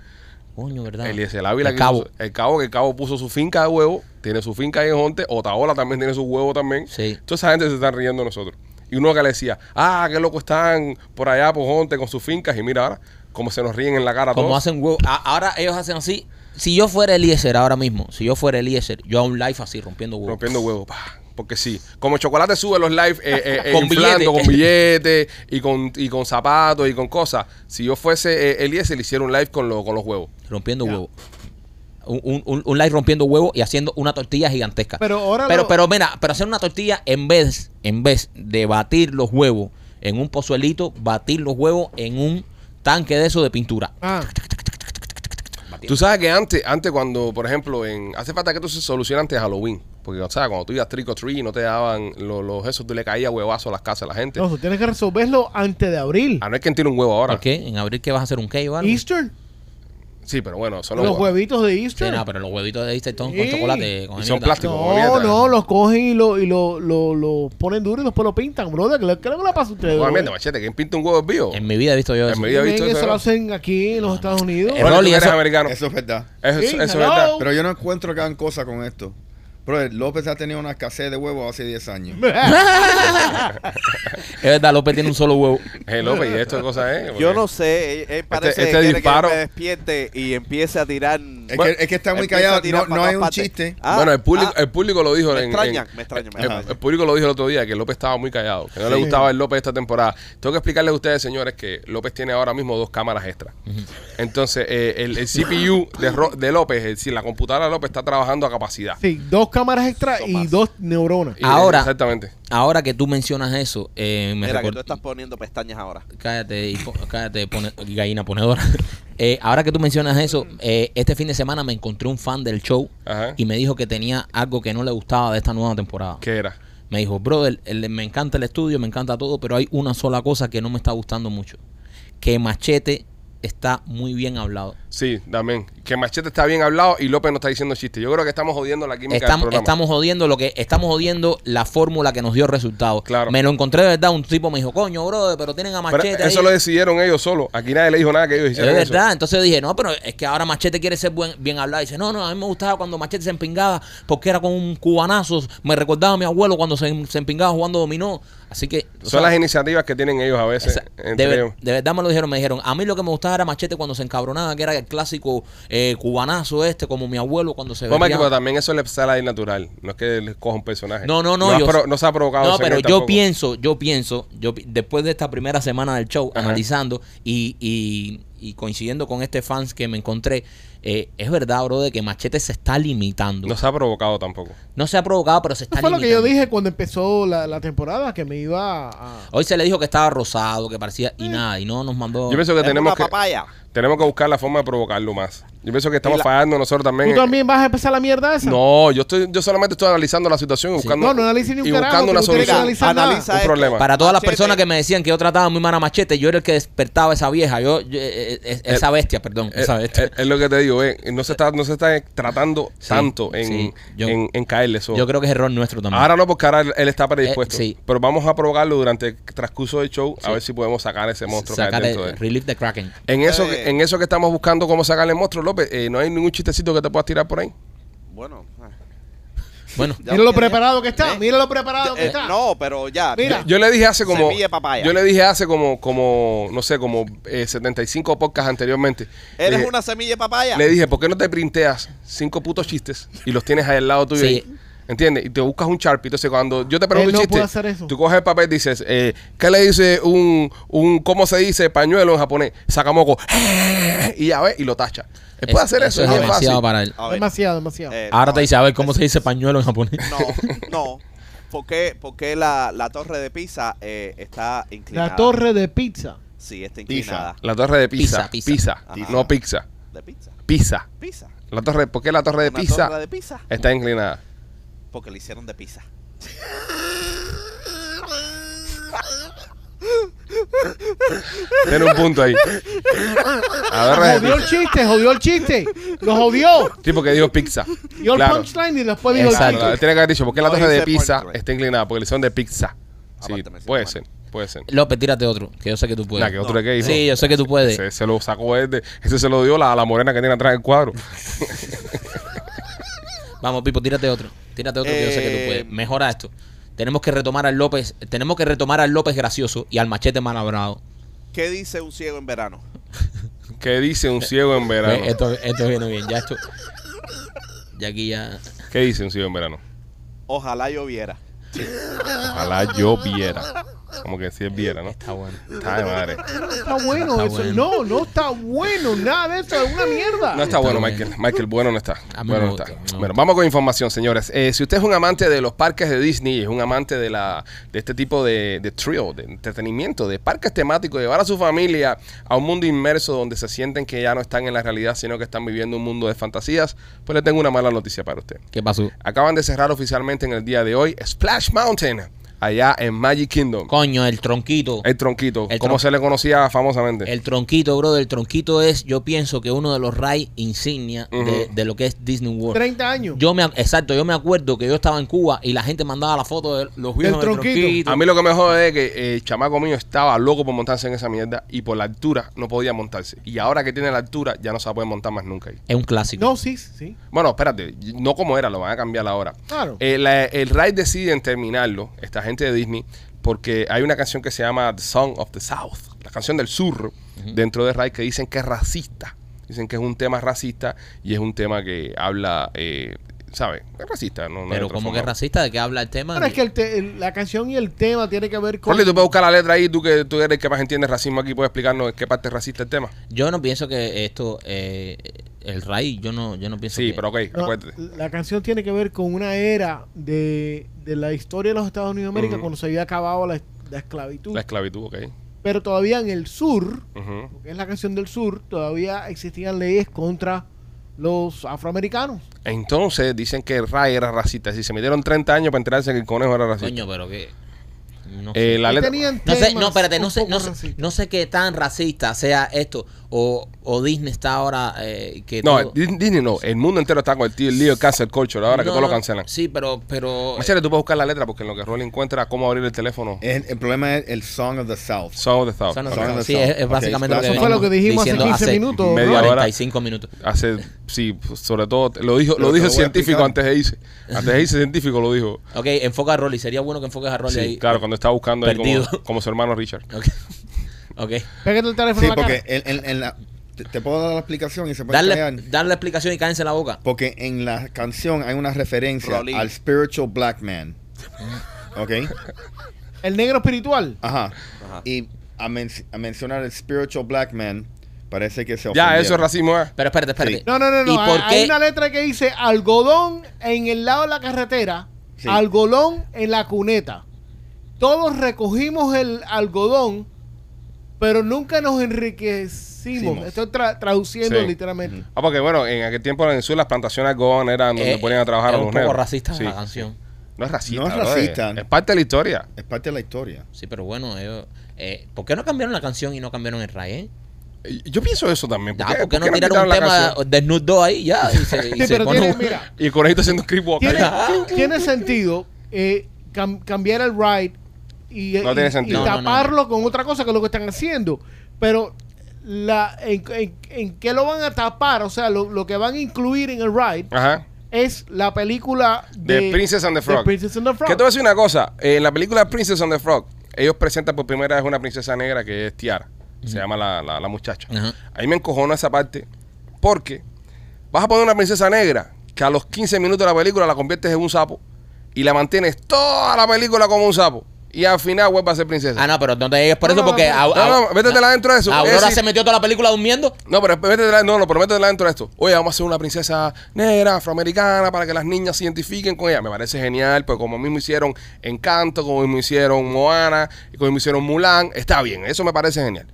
Coño, ¿verdad?
Eliezer Ávila.
Ah, El
que
cabo.
puso- el cabo, que el cabo puso su finca de huevo. Tiene su finca ahí en Jonte. Otaola también tiene su huevo también.
Sí.
Toda esa gente se está riendo de nosotros. Y uno que le decía, ah, qué loco están por allá por Jonte con sus fincas. Y mira ahora cómo se nos ríen en la cara
Como
todos.
hacen huevo. a- ahora ellos hacen así. Si yo fuera Eliezer ahora mismo, si yo fuera Eliezer, yo a un live así rompiendo huevo.
Rompiendo huevos. pa. Porque sí, como el chocolate sube los live eh, eh, eh,
Con
inflando
billete.
con billetes y con, y con zapatos y con cosas. Si yo fuese eh, Eliezer, le hiciera un live con, lo- con los huevos.
rompiendo huevo. Un, un- un- un like rompiendo huevo y haciendo una tortilla gigantesca.
Pero ahora
pero,
lo-
pero mira, pero hacer una tortilla en vez, en vez de batir los huevos en un pozuelito, batir los huevos en un tanque de eso de pintura.
Ah,
Tú sabes que antes, antes cuando, por ejemplo, en hace falta que esto se solucione antes de Halloween. Porque, o sea, cuando tú ibas trick or treat y no te daban lo- los esos, tú le caías huevazo a las casas a la gente.
no, tú tienes que resolverlo antes de abril.
Ah, no hay quien tiene un huevo ahora.
¿Por qué? En abril que vas a hacer un cake o algo.
Eastern.
Sí, pero bueno, son los,
Los huevitos de Easter.
Sí, no, pero los huevitos de Easter son con
Sí.
chocolate. Con
Y
gemitas.
son plásticos. como
No,
mierda.
no, los cogen y lo, y lo, lo, lo ponen duro y después lo pintan, brother. ¿Qué le- ¿Qué le pasa a ustedes?
Joder,
brother?
mierda, machete, ¿quién pinta un huevo es vivo?
En mi vida he visto yo
En
eso.
mi vida- había visto
Ven, eso
eso,
lo
¿no?
hacen aquí en los Estados Unidos.
Eh, Rolly,
Rolly, tú eres
eso-
americano. Eso,
Eso es verdad.
Sí,
eso es
hello.
verdad.
Pero yo no encuentro que hagan cosas con esto. Brother, López ha tenido una escasez de huevos hace 10 años.
Es verdad, López tiene un solo huevo.
Eh, López, ¿y esto qué cosa es?
Yo
Porque-
no sé, él, él parece
este
que quiere
disparo-
que yo me despierte y empiece a tirar.
Es,
Bueno,
que, es que está muy
empieza a
callado,
tirar pa'
no, no
todas
hay un
partes.
chiste.
Ah,
bueno, el público,
ah,
el público lo dijo
me
en- en-
extrañan, me extrañan, me
El,
extrañan.
el público lo dijo el otro día que López estaba muy callado, que no le gustaba el López esta temporada. Tengo que explicarles a ustedes, señores, que López tiene ahora mismo dos cámaras extra. Entonces, eh, el, el CPU de, Ro- de López, es decir, la computadora de López está trabajando a capacidad.
Sí, dos cámaras extra y dos neuronas.
Y-
Ahora-
Exactamente.
Ahora que tú mencionas eso, eh, me
Mira, que
recor-
tú estás poniendo pestañas ahora.
Cállate, y po- cállate pone- gallina ponedora. Eh, ahora que tú mencionas eso, eh, este fin de semana me encontré un fan del show
Ajá.
y me dijo que tenía algo que no le gustaba de esta nueva temporada.
¿Qué era?
Me dijo, brother, el- me encanta el estudio, me encanta todo, pero hay una sola cosa que no me está gustando mucho. Que Machete está muy bien hablado.
Sí, también. Que Machete está bien hablado y López no está diciendo chistes. Yo creo que estamos jodiendo la química
Estamos,
del programa.
estamos jodiendo lo que estamos jodiendo la fórmula que nos dio resultados.
Claro.
Me lo encontré de verdad, un tipo me dijo, coño, brother, pero tienen a
Pero
Machete.
eso
ahí".
lo decidieron ellos solo. Aquí nadie le dijo nada que ellos
Es
hicieron. eso.
verdad, entonces dije, no, pero es que ahora Machete quiere ser buen, bien hablado. Dice, no, no, a mí me gustaba cuando Machete se empingaba porque era con un cubanazo. Me recordaba a mi abuelo cuando se, se empingaba jugando dominó. Así que. o
Son
sea,
las iniciativas que tienen ellos a veces.
esa- de,
entre
ver-
ellos.
de verdad me lo dijeron, me dijeron, a mí lo que me gustaba era Machete cuando se encabronaba, que era el clásico eh, cubanazo este, como mi abuelo cuando se
No, Mike,
veía.
pero también eso le sale ahí natural. No es que le coja un personaje.
No, no, no.
has
yo-
pro- no se ha provocado.
No,
ese
pero
nivel
yo
tampoco.
pienso, yo pienso, yo pi- después de esta primera semana del show,
Ajá.
analizando y, y- y coincidiendo con este fans que me encontré, eh, es verdad, bro, de que Machete se está limitando.
No
No,
se ha provocado tampoco.
se ha provocado, pero se está
Eso fue lo que
limitando.
yo dije cuando empezó la, la temporada, que me iba a...
Hoy se le dijo que estaba rosado, que parecía
Eh.
y nada, y no nos mandó.
Yo pienso que
Es
tenemos
una
que
papaya.
tenemos que buscar la forma de provocarlo más. Yo pienso que estamos
Y la-
fallando nosotros también.
¿Tú también vas a empezar la mierda esa?
No, yo estoy, yo solamente estoy analizando la situación y buscando,
No, no analices ni un
y
carajo,
buscando
tú
una
no tienes que
solución.
analizar nada.
analiza
Un
esto.
problema.
Para todas las
Machete.
personas que me decían que yo trataba muy mal a Machete, yo era el que despertaba esa vieja, yo, yo- eh, eh, esa bestia, perdón,
Eh,
esa
eh,
bestia.
Es, lo que te digo, eh, no se está, no se está tratando
este- Sí,
tanto en,
sí, yo-
en, en caerle eso.
yo creo que es error nuestro también.
Ahora no, porque ahora él, él está predispuesto.
Eh, sí.
Pero vamos a provocarlo durante el transcurso del show a ver si podemos sacar ese monstruo que hay
Sacar
dentro de
el
él.
relief de Kraken.
En eso, que-
Eh.
en eso que estamos buscando cómo sacarle el monstruo, López, eh, no hay ningún chistecito que te puedas tirar por ahí.
Bueno, ah,
Bueno,
ya
Mira
ya,
lo
ya.
preparado que está,
Eh,
mira lo preparado que
eh,
está.
No, pero ya.
Mira.
Yo le dije hace como.
Semilla de papaya.
Yo le dije hace como, como no sé, como eh, 75 podcasts anteriormente. Le
Eres
dije-
una semilla de papaya.
Le dije, ¿por qué no te printeas cinco putos chistes y los tienes ahí al lado tuyo?
Sí.
ahí? ¿Entiendes? Y te buscas un Sharpie. Entonces, cuando yo te pregunto
Él no
un chiste,
puede hacer eso.
tú coges el papel y dices, eh, ¿qué le dice un, un, cómo se dice pañuelo en japonés? Sakamoko. Y ya ves, y lo tacha. Él puede
es-
hacer eso,
es
es bien fácil.
demasiado para él.
A ver,
Demasiado, demasiado.
eh,
Ahora
no,
te dice, a ver, ¿cómo
es-
se dice pañuelo en japonés?
No, no. ¿Por qué, por qué la, la torre de Pisa eh, está inclinada?
la torre de pizza.
Sí, está
Pisa.
inclinada.
La torre de pizza.
Pizza,
Pizza.
pizza.
Ajá.
No pizza.
¿De pizza?
Pizza.
Pizza.
La torre, ¿Por qué la torre de
Una
pizza
torre de Pisa.
está inclinada?
Porque le hicieron de pizza.
Tiene un punto ahí. La torre de
Jodió el
pizza.
chiste, jodió el chiste. Lo jodió.
Sí, porque dijo pizza.
Dio el
Claro.
punchline y después dijo el
Exacto.
Claro,
chiste.
tiene que haber dicho, ¿por qué la
No
torre de
hice
pizza
punchline. Ah,
está inclinada? Porque le hicieron de pizza. Sí,
Aparte me siento
puede
mal.
ser, puede ser.
López, tírate otro, que yo sé que tú puedes.
Nah, que otro que hizo.
Sí, yo sé que tú puedes.
Se, se lo sacó él de- ese se lo dio la, la morena que tiene atrás del cuadro.
Vamos, Pipo, tírate otro. Tírate otro que yo sé que tú
Eh,
puedes. Mejora esto. Tenemos que retomar al López, tenemos que retomar al López gracioso y al machete mal hablado.
¿Qué dice un ciego en verano?
¿Qué dice un ciego en verano?
Eh, Esto, esto viene bien, ya esto. Ya aquí ya.
¿Qué dice un ciego en verano?
Ojalá lloviera.
Ojalá yo viera. Como que si él viera, ¿no?
Está bueno.
Está de madre.
Está bueno
Está
eso.
bueno.
No, no está bueno. Nada de eso. Es una mierda.
No está bueno,
Ah, bien.
Michael. Michael, bueno no está.
A mí
Bueno, no
me gusta,
está.
me gusta.
Bueno, vamos con información, señores. Eh, si usted es un amante de los parques de Disney, es un amante de la de este tipo de, de trio, de entretenimiento, de parques temáticos, llevar a su familia a un mundo inmerso donde se sienten que ya no están en la realidad, sino que están viviendo un mundo de fantasías, pues le tengo una mala noticia para usted.
¿Qué pasó?
Acaban de cerrar oficialmente en el día de hoy Splash Mountain. allá en Magic Kingdom.
Coño, el tronquito.
El tronquito,
El
como
tron-
se le conocía famosamente.
El tronquito, bro. El tronquito es, yo pienso que uno de los rides insignia de,
Ujú.
de lo que es Disney World.
30 años.
Yo me, ac- exacto, yo me acuerdo que yo estaba en Cuba y la gente mandaba la foto de los juicios del
tronquito.
tronquito.
A mí lo que me jode es que eh, el chamaco mío estaba loco por montarse en esa mierda y por la altura no podía montarse. Y ahora que tiene la altura ya no se puede montar más nunca ahí.
Es un clásico.
No, sí, sí.
Bueno, espérate, no como era, lo van a cambiar ahora.
Claro.
Eh, la- el ride deciden terminarlo, esta gente de Disney, porque hay una canción que se llama The Song of the South, la canción del sur, dentro de ride que dicen que es racista. Dicen que es un tema racista y es un tema que habla, eh, ¿sabes? Es racista, no, no hay
Pero
otra
como
forma.
que es racista, ¿de qué habla el tema?
Pero es que el te- el- la canción y el tema tiene que ver con.
Rolly, tú puedes buscar la letra ahí, tú que tú eres el que más entiende racismo aquí, puedes explicarnos en qué parte es racista el tema.
Yo no pienso que esto, eh, el raíz, yo no, yo no pienso
Sí,
que-
pero ok, pues,
No,
acuérdate.
Ah, la canción tiene que ver con una era de, de la historia de los Estados Unidos de América
Ujú.
cuando se había acabado la, es- la esclavitud.
La esclavitud, ok.
Pero todavía en el sur,
Ujú.
porque es la canción del sur, todavía existían leyes contra los afroamericanos.
Entonces dicen que el Ray era racista. Si se metieron 30 años para enterarse que el conejo era racista.
Coño, pero que... No sé.
Eh, la
Y
letra.
tenían
No sé,
temas
no, espérate, no
un
sé,
poco
no sé,
racistas.
no sé qué tan racista sea esto o, o Disney está ahora eh, que
No,
todo-
Dis- Disney no. El mundo entero está con el tío el lío de cancel culture ahora que
No,
todo lo
no,
cancelan.
Sí, pero pero
Machete, tú puedes buscar la letra porque en lo que Rolly encuentra cómo abrir el teléfono.
El, el problema es el Song of the South.
Sound of the South.
Eso Eh, no-
Ok.
Son de
sí,
South.
es, es
Ok,
básicamente
eso
fue lo que dijimos hace
diciendo
15 minutos,
Media ¿no? hora.
45 minutos.
Hace, sí, pues, sobre todo, lo dijo, lo dijo
Lo- lo voy a
científico
explicar.
antes de irse. Antes de irse científico lo dijo.
Ok, enfoca a Rolly. Sería bueno que enfoques a Rolly
Sí,
ahí. eh,
claro, cuando estaba buscando ahí como,
Perdido.
como su hermano Richard.
Ok. Ok.
Pues Pégate el teléfono
Sí,
en la
porque
cara.
en, en- en la, te, te puedo dar la explicación y se puede
Darle,
callar.
darle la explicación y cállense la boca.
Porque en la canción hay una referencia
Rolly.
al spiritual black man. ¿Ok?
El negro espiritual.
Ajá. Y a, men- a mencionar el spiritual black man, parece que se
Ya,
ofendieron.
eso es racismo, ¿eh?
Pero espérate, espérate.
Sí.
No, no, no, no.
¿Y
Hay,
por
hay
qué?
una letra que dice algodón en el lado de la carretera,
Sí.
algodón en la cuneta. Todos recogimos el algodón, pero nunca nos enriquecimos.
Hicimos.
Estoy tra- traduciendo
Sí.
literalmente.
Ah, porque bueno, en aquel tiempo en el sur las plantaciones de algodón eran donde
Eh,
ponían a trabajar
es
a los
un poco
negros.
racista
Sí.
la canción.
No es racista.
No es
brother.
racista.
Es parte de la historia.
Es parte de la historia.
Sí, pero bueno, ellos, eh, ¿por qué no cambiaron la canción y no cambiaron el raíz?
Yo pienso eso también.
Ya, ¿por qué no
quitaron
tiraron un
la
tema
canción?
desnudo ahí ya? Y se, y
Sí,
se
pero
pone
tiene,
un-
mira,
Y el conejito haciendo creepwalk.
tiene,
ahí.
tiene sentido eh, cam- cambiar el ride y,
No
y-
tiene
y
sentido.
No, no, no.
taparlo con otra cosa que es lo que están haciendo. Pero la, en, en- en qué lo van a tapar? O sea, lo, lo que van a incluir en el ride
Ajá.
es la película de,
The Princess and the
de
Frog.
Princess and the Frog.
Que te voy a decir una cosa. eh, en la película Princess and the Frog, ellos presentan por primera vez una princesa negra que es Tiara. Se llama la, la- la muchacha.
Ajá.
Ahí me encojona esa parte. Porque vas a poner una princesa negra que a los 15 minutos de la película la conviertes en un sapo y la mantienes toda la película como un sapo. Y al final vuelve a ser princesa.
Ah, no, pero no ah, te llegues por
No,
eso
no,
porque...
no.
a- a-
No, no, métetela dentro de eso.
Aurora
Es decir-
se metió toda la película durmiendo.
No, pero métetela- no, no, pero métetela dentro de esto. Oye, vamos a hacer una princesa negra, afroamericana, para que las niñas se identifiquen con ella. Me parece genial, pues como mismo hicieron Encanto, como mismo hicieron Moana, y como mismo hicieron Mulan, está bien, eso me parece genial.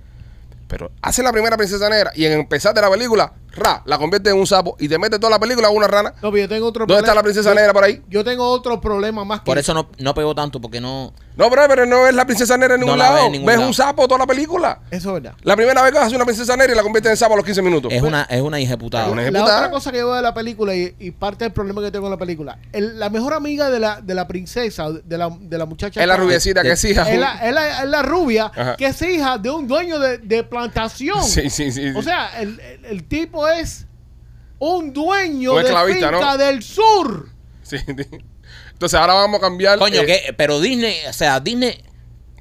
Pero hace la primera princesa negra y en empezar de la película, ra, la convierte en un sapo y te mete toda la película en una rana.
No, pero yo tengo otro
¿Dónde está la princesa
yo-
negra por ahí?
Yo tengo otro problema más que
Por eso no, no pegó tanto, porque no...
No, pero, pero no ves la princesa negra en
No
ningún
la ves
lado.
en ningún
ves
lado.
un sapo toda la película.
Eso es verdad.
La primera vez que haces una princesa negra y la convierte en sapo a los 15 minutos.
Es una, es una ejecutada.
Es Ah, una-
La
ejecutada.
otra cosa que yo veo de la película y, y parte del problema que tengo con la película, el- la mejor amiga de la, de la princesa, de la, de la muchacha.
Es la
cara,
rubiecita que es hija.
Es la, es la- es la rubia
Ajá.
que es hija de un dueño de, de plantación.
Sí, sí, sí, sí.
O sea, el, el- el tipo es un dueño
Un
de
esclavista,
finca
¿no?
del sur.
Sí, sí. Entonces ahora vamos a cambiar.
Coño,
eh,
que, pero Disney, o sea, Disney,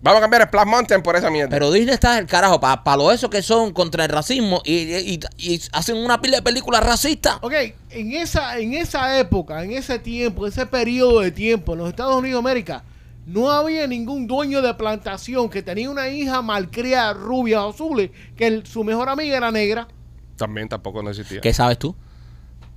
Vamos a cambiar el Splash Mountain por esa mierda.
pero Disney está del carajo, para pa lo eso que son contra el racismo y, y- y hacen una pila de películas racistas.
Ok, en esa, en esa época, en ese tiempo, ese periodo de tiempo, en los Estados Unidos de América, no había ningún dueño de plantación que tenía una hija malcriada, rubia o azul, que el- su mejor amiga era negra.
También tampoco no existía.
¿Qué sabes tú?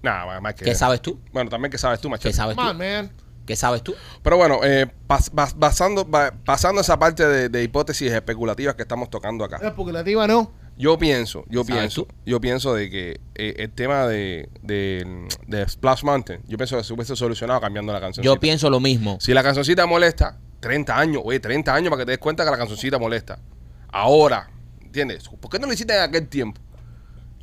Nada, más que.
¿Qué sabes tú?
Bueno, también que sabes tú,
¿Qué
machete.
sabes
Man,
tú?
man.
¿Qué sabes tú?
Pero bueno, eh, pas- bas- basando, ba- pasando esa parte de, de hipótesis especulativas que estamos tocando acá.
Especulativa no.
Yo pienso, yo
¿Sabes
pienso,
tú?
yo pienso de que eh, el tema de, de, de Splash Mountain, yo pienso que se hubiese solucionado cambiando la canción.
Yo pienso lo mismo.
Si la cancioncita molesta, 30 años, oye, 30 años para que te des cuenta que la cancioncita molesta. Ahora, ¿entiendes? ¿Por qué no lo hiciste en aquel tiempo?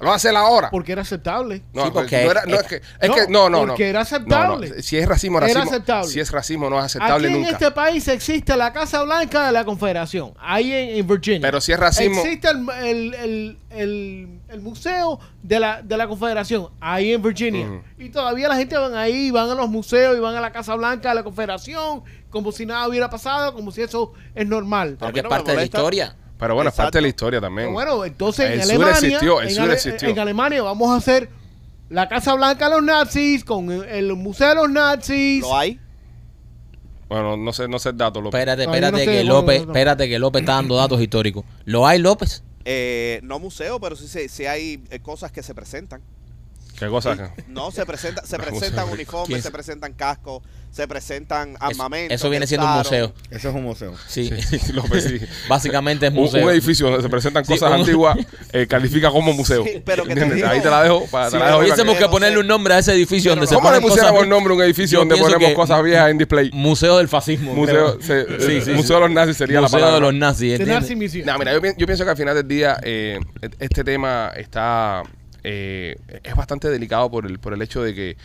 Lo vas a hacer ahora.
Porque era aceptable.
No,
Sí, porque
no, era- no,
es-
es que, es
no,
que- no, no, no.
porque era aceptable.
No, no. Si es racismo,
Era
racismo.
aceptable.
Si es racismo, no es aceptable
Aquí
nunca.
en este país existe la Casa Blanca de la Confederación, ahí en, en Virginia.
Pero si es racismo-
Existe el, el- el- el- el Museo de la, de la Confederación, ahí en Virginia.
Ujú.
Y todavía la gente van ahí, van a los museos y van a la Casa Blanca de la Confederación, como si nada hubiera pasado, como si eso es normal.
Ah,
A mí
Porque es
no me
parte de la
molesta.
historia.
Pero bueno, es
Exacto.
parte de la historia también.
Pero bueno, entonces en
El sur
Alemania,
existió, el
en,
sur
Ale-
existió.
en Alemania vamos a hacer la Casa Blanca de los nazis con el, el Museo de los nazis.
¿Lo hay?
Bueno, no sé, no sé el dato, López.
Espérate,
No, yo no
espérate
estoy de
que
acuerdo
López,
con eso.
espérate que López está dando datos históricos. ¿Lo hay López?
Eh, no museo, pero sí, se- sí hay eh, cosas que se presentan.
¿Qué cosa? que-
No, se, presenta, se
No,
presentan
museo.
uniformes,
¿Quién
se
es?
presentan cascos, se presentan
Es-
armamentos.
eso viene
que
siendo un
usaron.
museo.
Eso es un museo.
Sí.
Sí, sí, López, sí.
Básicamente es
Un,
museo.
un edificio donde se presentan
Sí,
cosas
un-
antiguas eh, califica como museo.
Sí, pero que te
¿Entiendes?
digo-
Ahí te la dejo. Para, te
Sí,
la dejo ahí para
Hubiésemos
que-
que ponerle un nombre a ese edificio
Pero
donde se
¿Cómo le
ponen
pusiéramos
cosas-
el nombre a un edificio
Yo
donde
pienso
ponemos
que-
cosas viejas en display?
Museo del fascismo.
Museo,
creo.
se- eh,
Sí, sí,
museo
sí.
de los nazis sería la
Museo
palabra.
de los nazis.
de
¿entiendes?
nazi museum.
No, mira, yo, pi- yo pienso que al final del día eh, et- este tema está eh, es bastante delicado por el por el hecho de que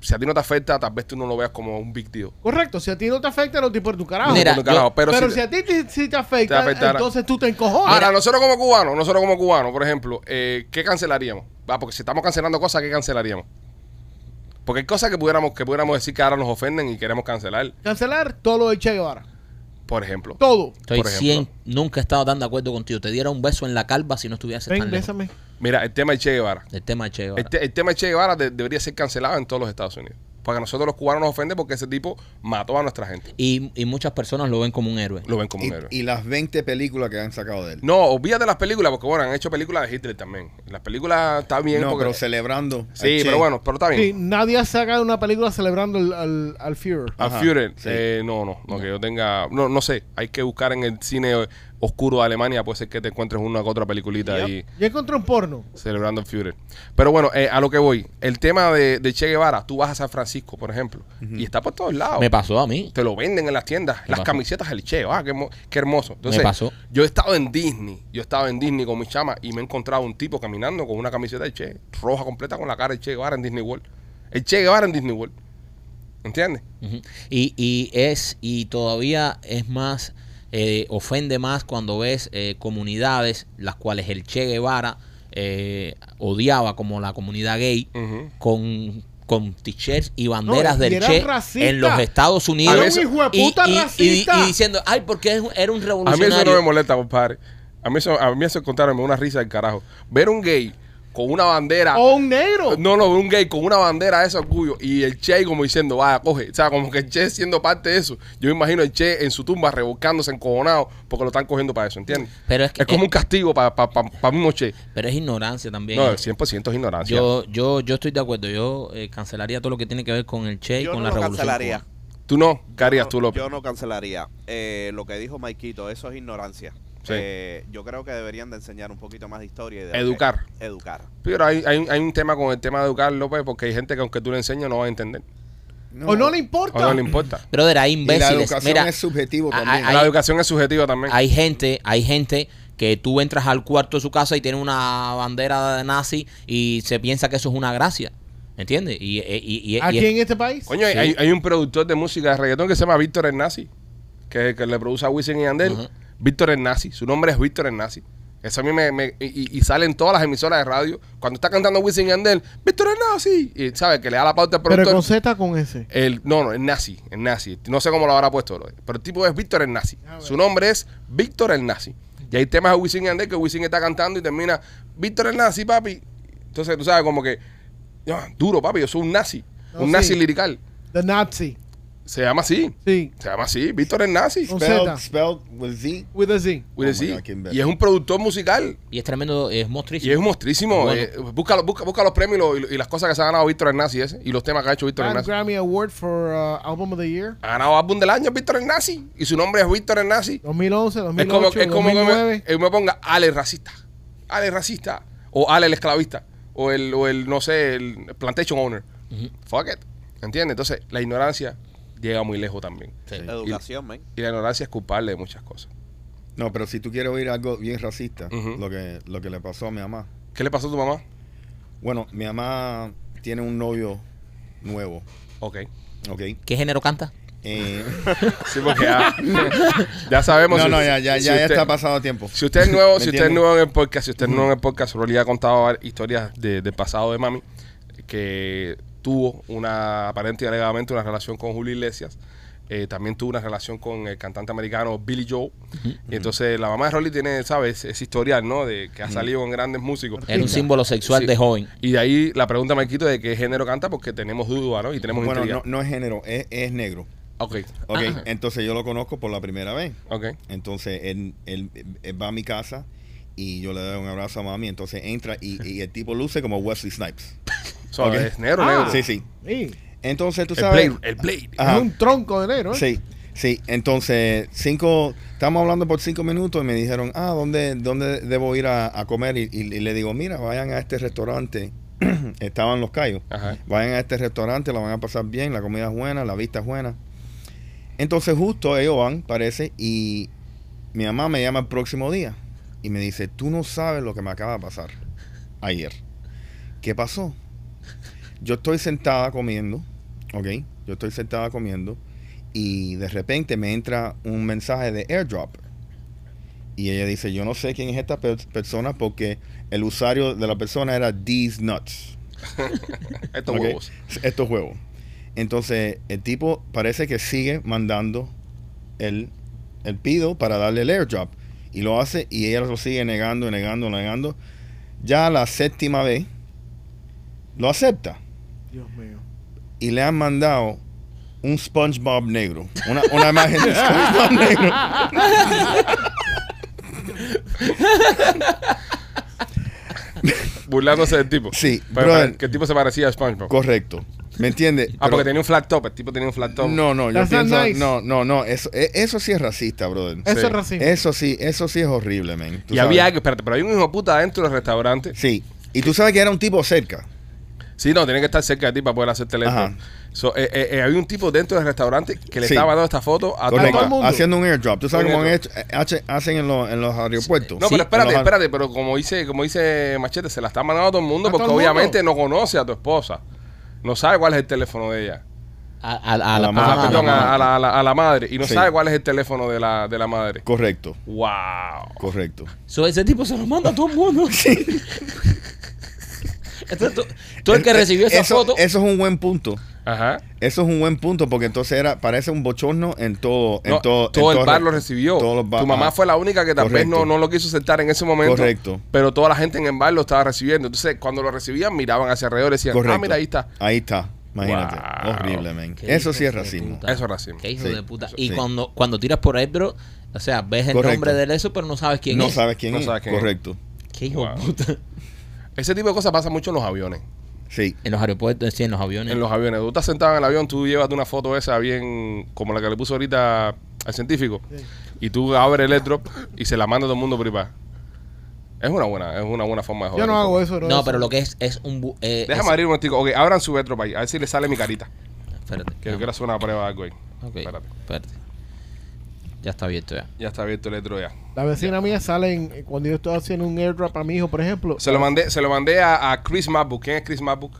si a ti no te afecta, tal vez tú no lo veas como un big deal.
Correcto, si a ti no te afecta, no te importa tu carajo.
Mira,
Como tú, carajo,
yo-
pero,
pero
si-
si, a ti te, si te afecta,
te afectara-
entonces tú te encojonas.
Ahora, nosotros como cubanos, nosotros como cubanos, por ejemplo, eh, ¿qué cancelaríamos? Va, porque si estamos cancelando cosas, ¿qué cancelaríamos? Porque hay cosas que pudiéramos, que pudiéramos decir que ahora nos ofenden y queremos cancelar,
Cancelar todo lo de Che Guevara.
por ejemplo.
Todo.
Estoy
por ejemplo.
100, nunca he estado tan de acuerdo contigo. Te diera un beso en la calva si no estuviese
Ven,
tan lejos.
bésame.
Mira, el tema de Che Guevara.
El tema de Che Guevara.
El, te- el tema de Che Guevara de- debería ser cancelado en todos los Estados Unidos. Porque a nosotros los cubanos nos ofende porque ese tipo mató a nuestra gente.
Y, y muchas personas lo ven como un héroe.
Lo ven como
Y,
un héroe.
y las 20 películas que han sacado de él.
No, olvídate las películas, porque bueno, han hecho películas de Hitler también. Las películas está bien
No,
porque...
pero celebrando. al
sí,
Che.
pero bueno, pero está bien.
Sí, nadie ha sacado una película celebrando al, al, al Führer.
A
Ajá,
Führer,
sí.
eh, no, no, no, que yo tenga, no, no sé, hay que buscar en el cine oscuro de Alemania, puede ser que te encuentres una u otra peliculita ahí
Yo encontré un porno.
celebrando el Führer. Pero bueno, eh, a lo que voy, el tema de, de Che Guevara, tú vas a San Francisco, por ejemplo, y está por todos lados.
Me pasó a mí.
Te lo venden en las tiendas, las
pasó.
camisetas del Che, ah, qué, hermo- qué hermoso. Entonces,
pasó.
yo he estado en Disney, yo he estado en Disney con mi chama y me he encontrado un tipo caminando con una camiseta del Che, roja completa con la cara del Che Guevara en Disney World. El Che Guevara en Disney World. ¿Entiendes?
Ujú. y, y es y todavía es más eh, ofende más cuando ves eh, comunidades las cuales el Che Guevara eh, odiaba como la comunidad gay
Ujú.
con con t-shirts y banderas
No, y
del
era
Che
racista.
en los Estados Unidos
Era un
hijo de
y,
puta
y- y-
racista.
y diciendo ay porque es un- era un
A mí
revolucionario
eso no me molesta, compadre. A mí eso, a mí eso contrario, me da una risa del carajo. Ver un gay con una bandera.
O un negro.
No, no, un gay con una bandera de ese orgullo y el Che ahí como diciendo, vaya, coge. O sea, como que el Che siendo parte de eso. Yo me imagino el Che en su tumba revolcándose encojonado porque lo están cogiendo para eso, ¿entiendes?
Pero es que- eh,
como un castigo para pa, pa, pa mismo Che.
pero es ignorancia también
No, 100% es ignorancia.
yo yo yo estoy de acuerdo yo eh, cancelaría todo lo que tiene que ver con el Che y
Yo
¿eh? con
no
la
lo
revolución
cancelaría.
cubana.
tú no, ¿qué harías
No,
tú, López?
Yo no cancelaría. Eh, lo que dijo Maikito, eso es ignorancia.
Sí.
Eh, yo creo que deberían de enseñar un poquito más de historia. Y de
Educar.
educar.
Pero hay, hay, hay un tema con el tema de educar, López, porque hay gente que aunque tú le enseñes no va a entender.
O no le importa.
O no le importa.
brother hay
Y la
imbéciles
educación
mira
es subjetivo
a- a-
también.
Hay-
la educación es subjetiva también.
hay gente, hay gente que tú entras al cuarto de su casa y tiene una bandera de nazi y se piensa que eso es una gracia. ¿Entiendes? Y, eh, y- y- y- y-
Aquí en este país.
Coño, hay-
Sí.
hay, hay un productor de música de reggaetón que se llama Víctor Hernazi, que, que le produce a Wisin y Andel.
Ajá.
Víctor Hernazi, su nombre es Víctor Hernazi. Eso a mí me... me- y, y- y sale en todas las emisoras de radio. Cuando está cantando Wisin y Andel, Víctor Hernazi. Y sabe que le da la pauta al
pero
productor.
con Z con ese.
el, no, no, el nazi, el nazi. No sé cómo lo habrá puesto, bro. pero el tipo es Víctor el
Ah,
nazi. Su nombre es Víctor el nazi. Y hay temas de Wisin y Yandel que Wisin está cantando y termina Víctor el nazi, papi. Entonces, tú sabes, como que, "Ah, duro, papi, yo soy un nazi.
No,
un
sí.
nazi lirical.
The Nazi.
Se llama así.
Sí.
Se llama así, Víctor el Nazi.
con
Spelled,
Z.
spelled with Z.
With a Z.
Will
Oh, my
sí.
God, qué imbécil.
y es un productor musical.
y es tremendo, es
Y
monstruísimo.
es un mostrísimo.
Bueno.
eh, busca, busca, busca los premios y lo- y, lo- y las cosas que se ha ganado Víctor el Nazi ese. Y los temas que ha hecho Víctor el
Five
Nazi.
Grammy Award for uh, Album of the Year.
Ha ganado álbum del año Víctor el Nazi. Y su nombre es Víctor el Nazi.
2011,
Es como,
2008,
es como que me,
2009.
eh, me ponga Ale el racista. Ale el racista. O Ale el esclavista. O el, o el no sé, el plantation owner. Fuck it. ¿Entiendes? Entonces, la ignorancia llega muy lejos también.
Educación, men.
Y la ignorancia es culpable de muchas cosas.
No, pero si tú quieres oír algo bien racista,
Ujú.
lo, que, lo que le pasó a mi mamá.
¿Qué le pasó a tu mamá?
Bueno, mi mamá tiene un novio nuevo,
Ok.
¿ok?
¿Qué género canta?
Eh,
Sí, porque ya, ya sabemos.
no,
si-
no, ya, ya,
si
ya, ya
usted-
está pasado tiempo.
Si usted es nuevo,
¿Me
si usted es
entiendes?
nuevo en el podcast, si usted es nuevo en el podcast, Rolly ha contado var- historias de, del pasado de mami que tuvo una aparente y alegadamente una relación con Julio Iglesias. eh, también tuvo una relación con el cantante americano Billy Joe. Y entonces la mamá de Rolly tiene, ¿sabes? Ese historial, ¿no? De que ha salido con grandes músicos.
Era un símbolo sexual
Sí.
de joven.
Y de ahí la pregunta, Marquito, de qué género canta, porque tenemos duda, ¿no? Y tenemos
Bueno,
intriga. Ah,
no, no es género, es, es negro.
Ok,
¿Ok? Entonces yo lo conozco por la primera vez.
ok.
Entonces él, él, él va a mi casa y yo le doy un abrazo a mami. Entonces entra y, y el tipo luce como Wesley Snipes.
So,
Ok.
Es negro,
Ah,
negro.
Sí, sí.
Sí,
Entonces tú
El
sabes.
Blade. El Blade.
Ajá.
Es un tronco de negro. ¿eh?
Sí, sí. Entonces, cinco, estamos hablando por cinco minutos y me dijeron, ah, ¿dónde, dónde debo ir a, a comer? Y, y- y le digo, mira, vayan a este restaurante. Estaban los callos.
Ajá.
Vayan a este restaurante, la van a pasar bien, la comida es buena, la vista es buena. Entonces, justo ellos van, parece, y mi mamá me llama el próximo día y me dice, tú no sabes lo que me acaba de pasar ayer. ¿Qué pasó? Yo estoy sentada comiendo, ¿ok? Yo estoy sentada comiendo y de repente me entra un mensaje de airdrop. Y ella dice, yo no sé quién es esta per- persona porque el usuario de la persona era These Nuts.
Estos
¿ok?
huevos.
Estos huevos. Entonces, el tipo parece que sigue mandando el, el pido para darle el airdrop. Y lo hace y ella lo sigue negando, negando, negando. Ya la séptima vez lo acepta.
Dios mío.
Y le han mandado un SpongeBob negro. Una, una imagen de SpongeBob negro.
Burlándose del tipo.
Sí,
Pero,
brother.
pero, ¿Qué tipo se parecía a SpongeBob?
Correcto. ¿Me entiendes?
Ah, porque tenía un flat top. El tipo tenía un flat top.
No, no, yo
That's not
pienso.
nice.
No, no, no. Eso, e- eso sí es racista, brother.
Eso
Sí. Eh,
es racismo.
Eso sí, eso sí es horrible, man. Tú
Y
sabes.
había algo, espérate, pero hay un hijo puta dentro del restaurante.
Sí. Y tú sabes que era un tipo cerca.
Sí, no, tiene que estar cerca de ti para poder hacerte el
Ajá.
esto. So, eh, eh, eh, había un tipo dentro del restaurante que le
Sí.
estaba dando esta foto a todo el
todo el
mundo.
mundo.
Haciendo un airdrop. Tú sabes
Un
cómo han
airdrop.
hecho- hace- hacen en, los- en los aeropuertos.
No, pero espérate,
En los aer-
espérate, pero como dice, como dice Machete, se la está mandando a todo el mundo
¿A
porque
todo el mundo?
obviamente no conoce a tu esposa. No sabe cuál es el teléfono de ella.
A, a- a la,
la
Ah,
mamá,
perdón,
mamá.
a, a la, a la- a la madre. Y no
Sí.
sabe cuál es el teléfono de la, de la madre.
Correcto,
¡Wow!
correcto.
So, ese tipo se lo manda a todo el mundo. Entonces, tú, tú el que recibió esa
eso,
foto.
Eso es un buen punto.
Ajá.
Eso es un buen punto porque entonces era parece un bochorno en todo. en
No,
todo, en
todo el
todo-
bar lo recibió.
todos los bar-
tu mamá
ah,
fue la única que tal vez
Correcto.
no, no lo quiso aceptar en ese momento.
Correcto.
Pero toda la gente en el bar lo estaba recibiendo. Entonces, cuando lo recibían, miraban hacia alrededor y decían,
Correcto.
ah, mira, ahí está.
Ahí está. Imagínate.
Wow.
Horrible, man.
Qué
Eso sí es
hijo de
racismo.
puta.
Eso es racismo.
Qué hijo
Sí,
de puta.
eso-
Y
sí.
cuando, cuando tiras por Airdrop, o sea, ves el
Correcto.
nombre del eso, pero no sabes quién
No
es.
sabes quién
No
es.
sabes quién es.
Correcto.
Qué hijo de
Wow.
puta.
Ese tipo de cosas pasa mucho en los aviones.
Sí.
En los aeropuertos, sí, en los aviones.
En los aviones. Tú estás sentado en el avión, tú llevas una foto esa bien como la que le puso ahorita al científico. Y tú abres el airdrop y se la manda a todo el mundo por ahí para- Es una buena, es una buena forma de joder.
Yo no hago eso.
no, pero lo que es es un. bu- eh,
Déjame
es-
abrir un momentico. Ok, abran su airdrop ahí. A ver si le sale mi carita.
Espérate.
Que yo quiero hacer una prueba de algo ahí.
Ok,
Espérate.
espérate. Ya está abierto ya.
Ya está abierto el airdrop ya.
La vecina mía sale en- eh, cuando yo estoy haciendo un airdrop a mi hijo, por ejemplo.
Se lo mandé, se lo mandé a, a Chris Mapbook. ¿Quién es Chris Mapbook?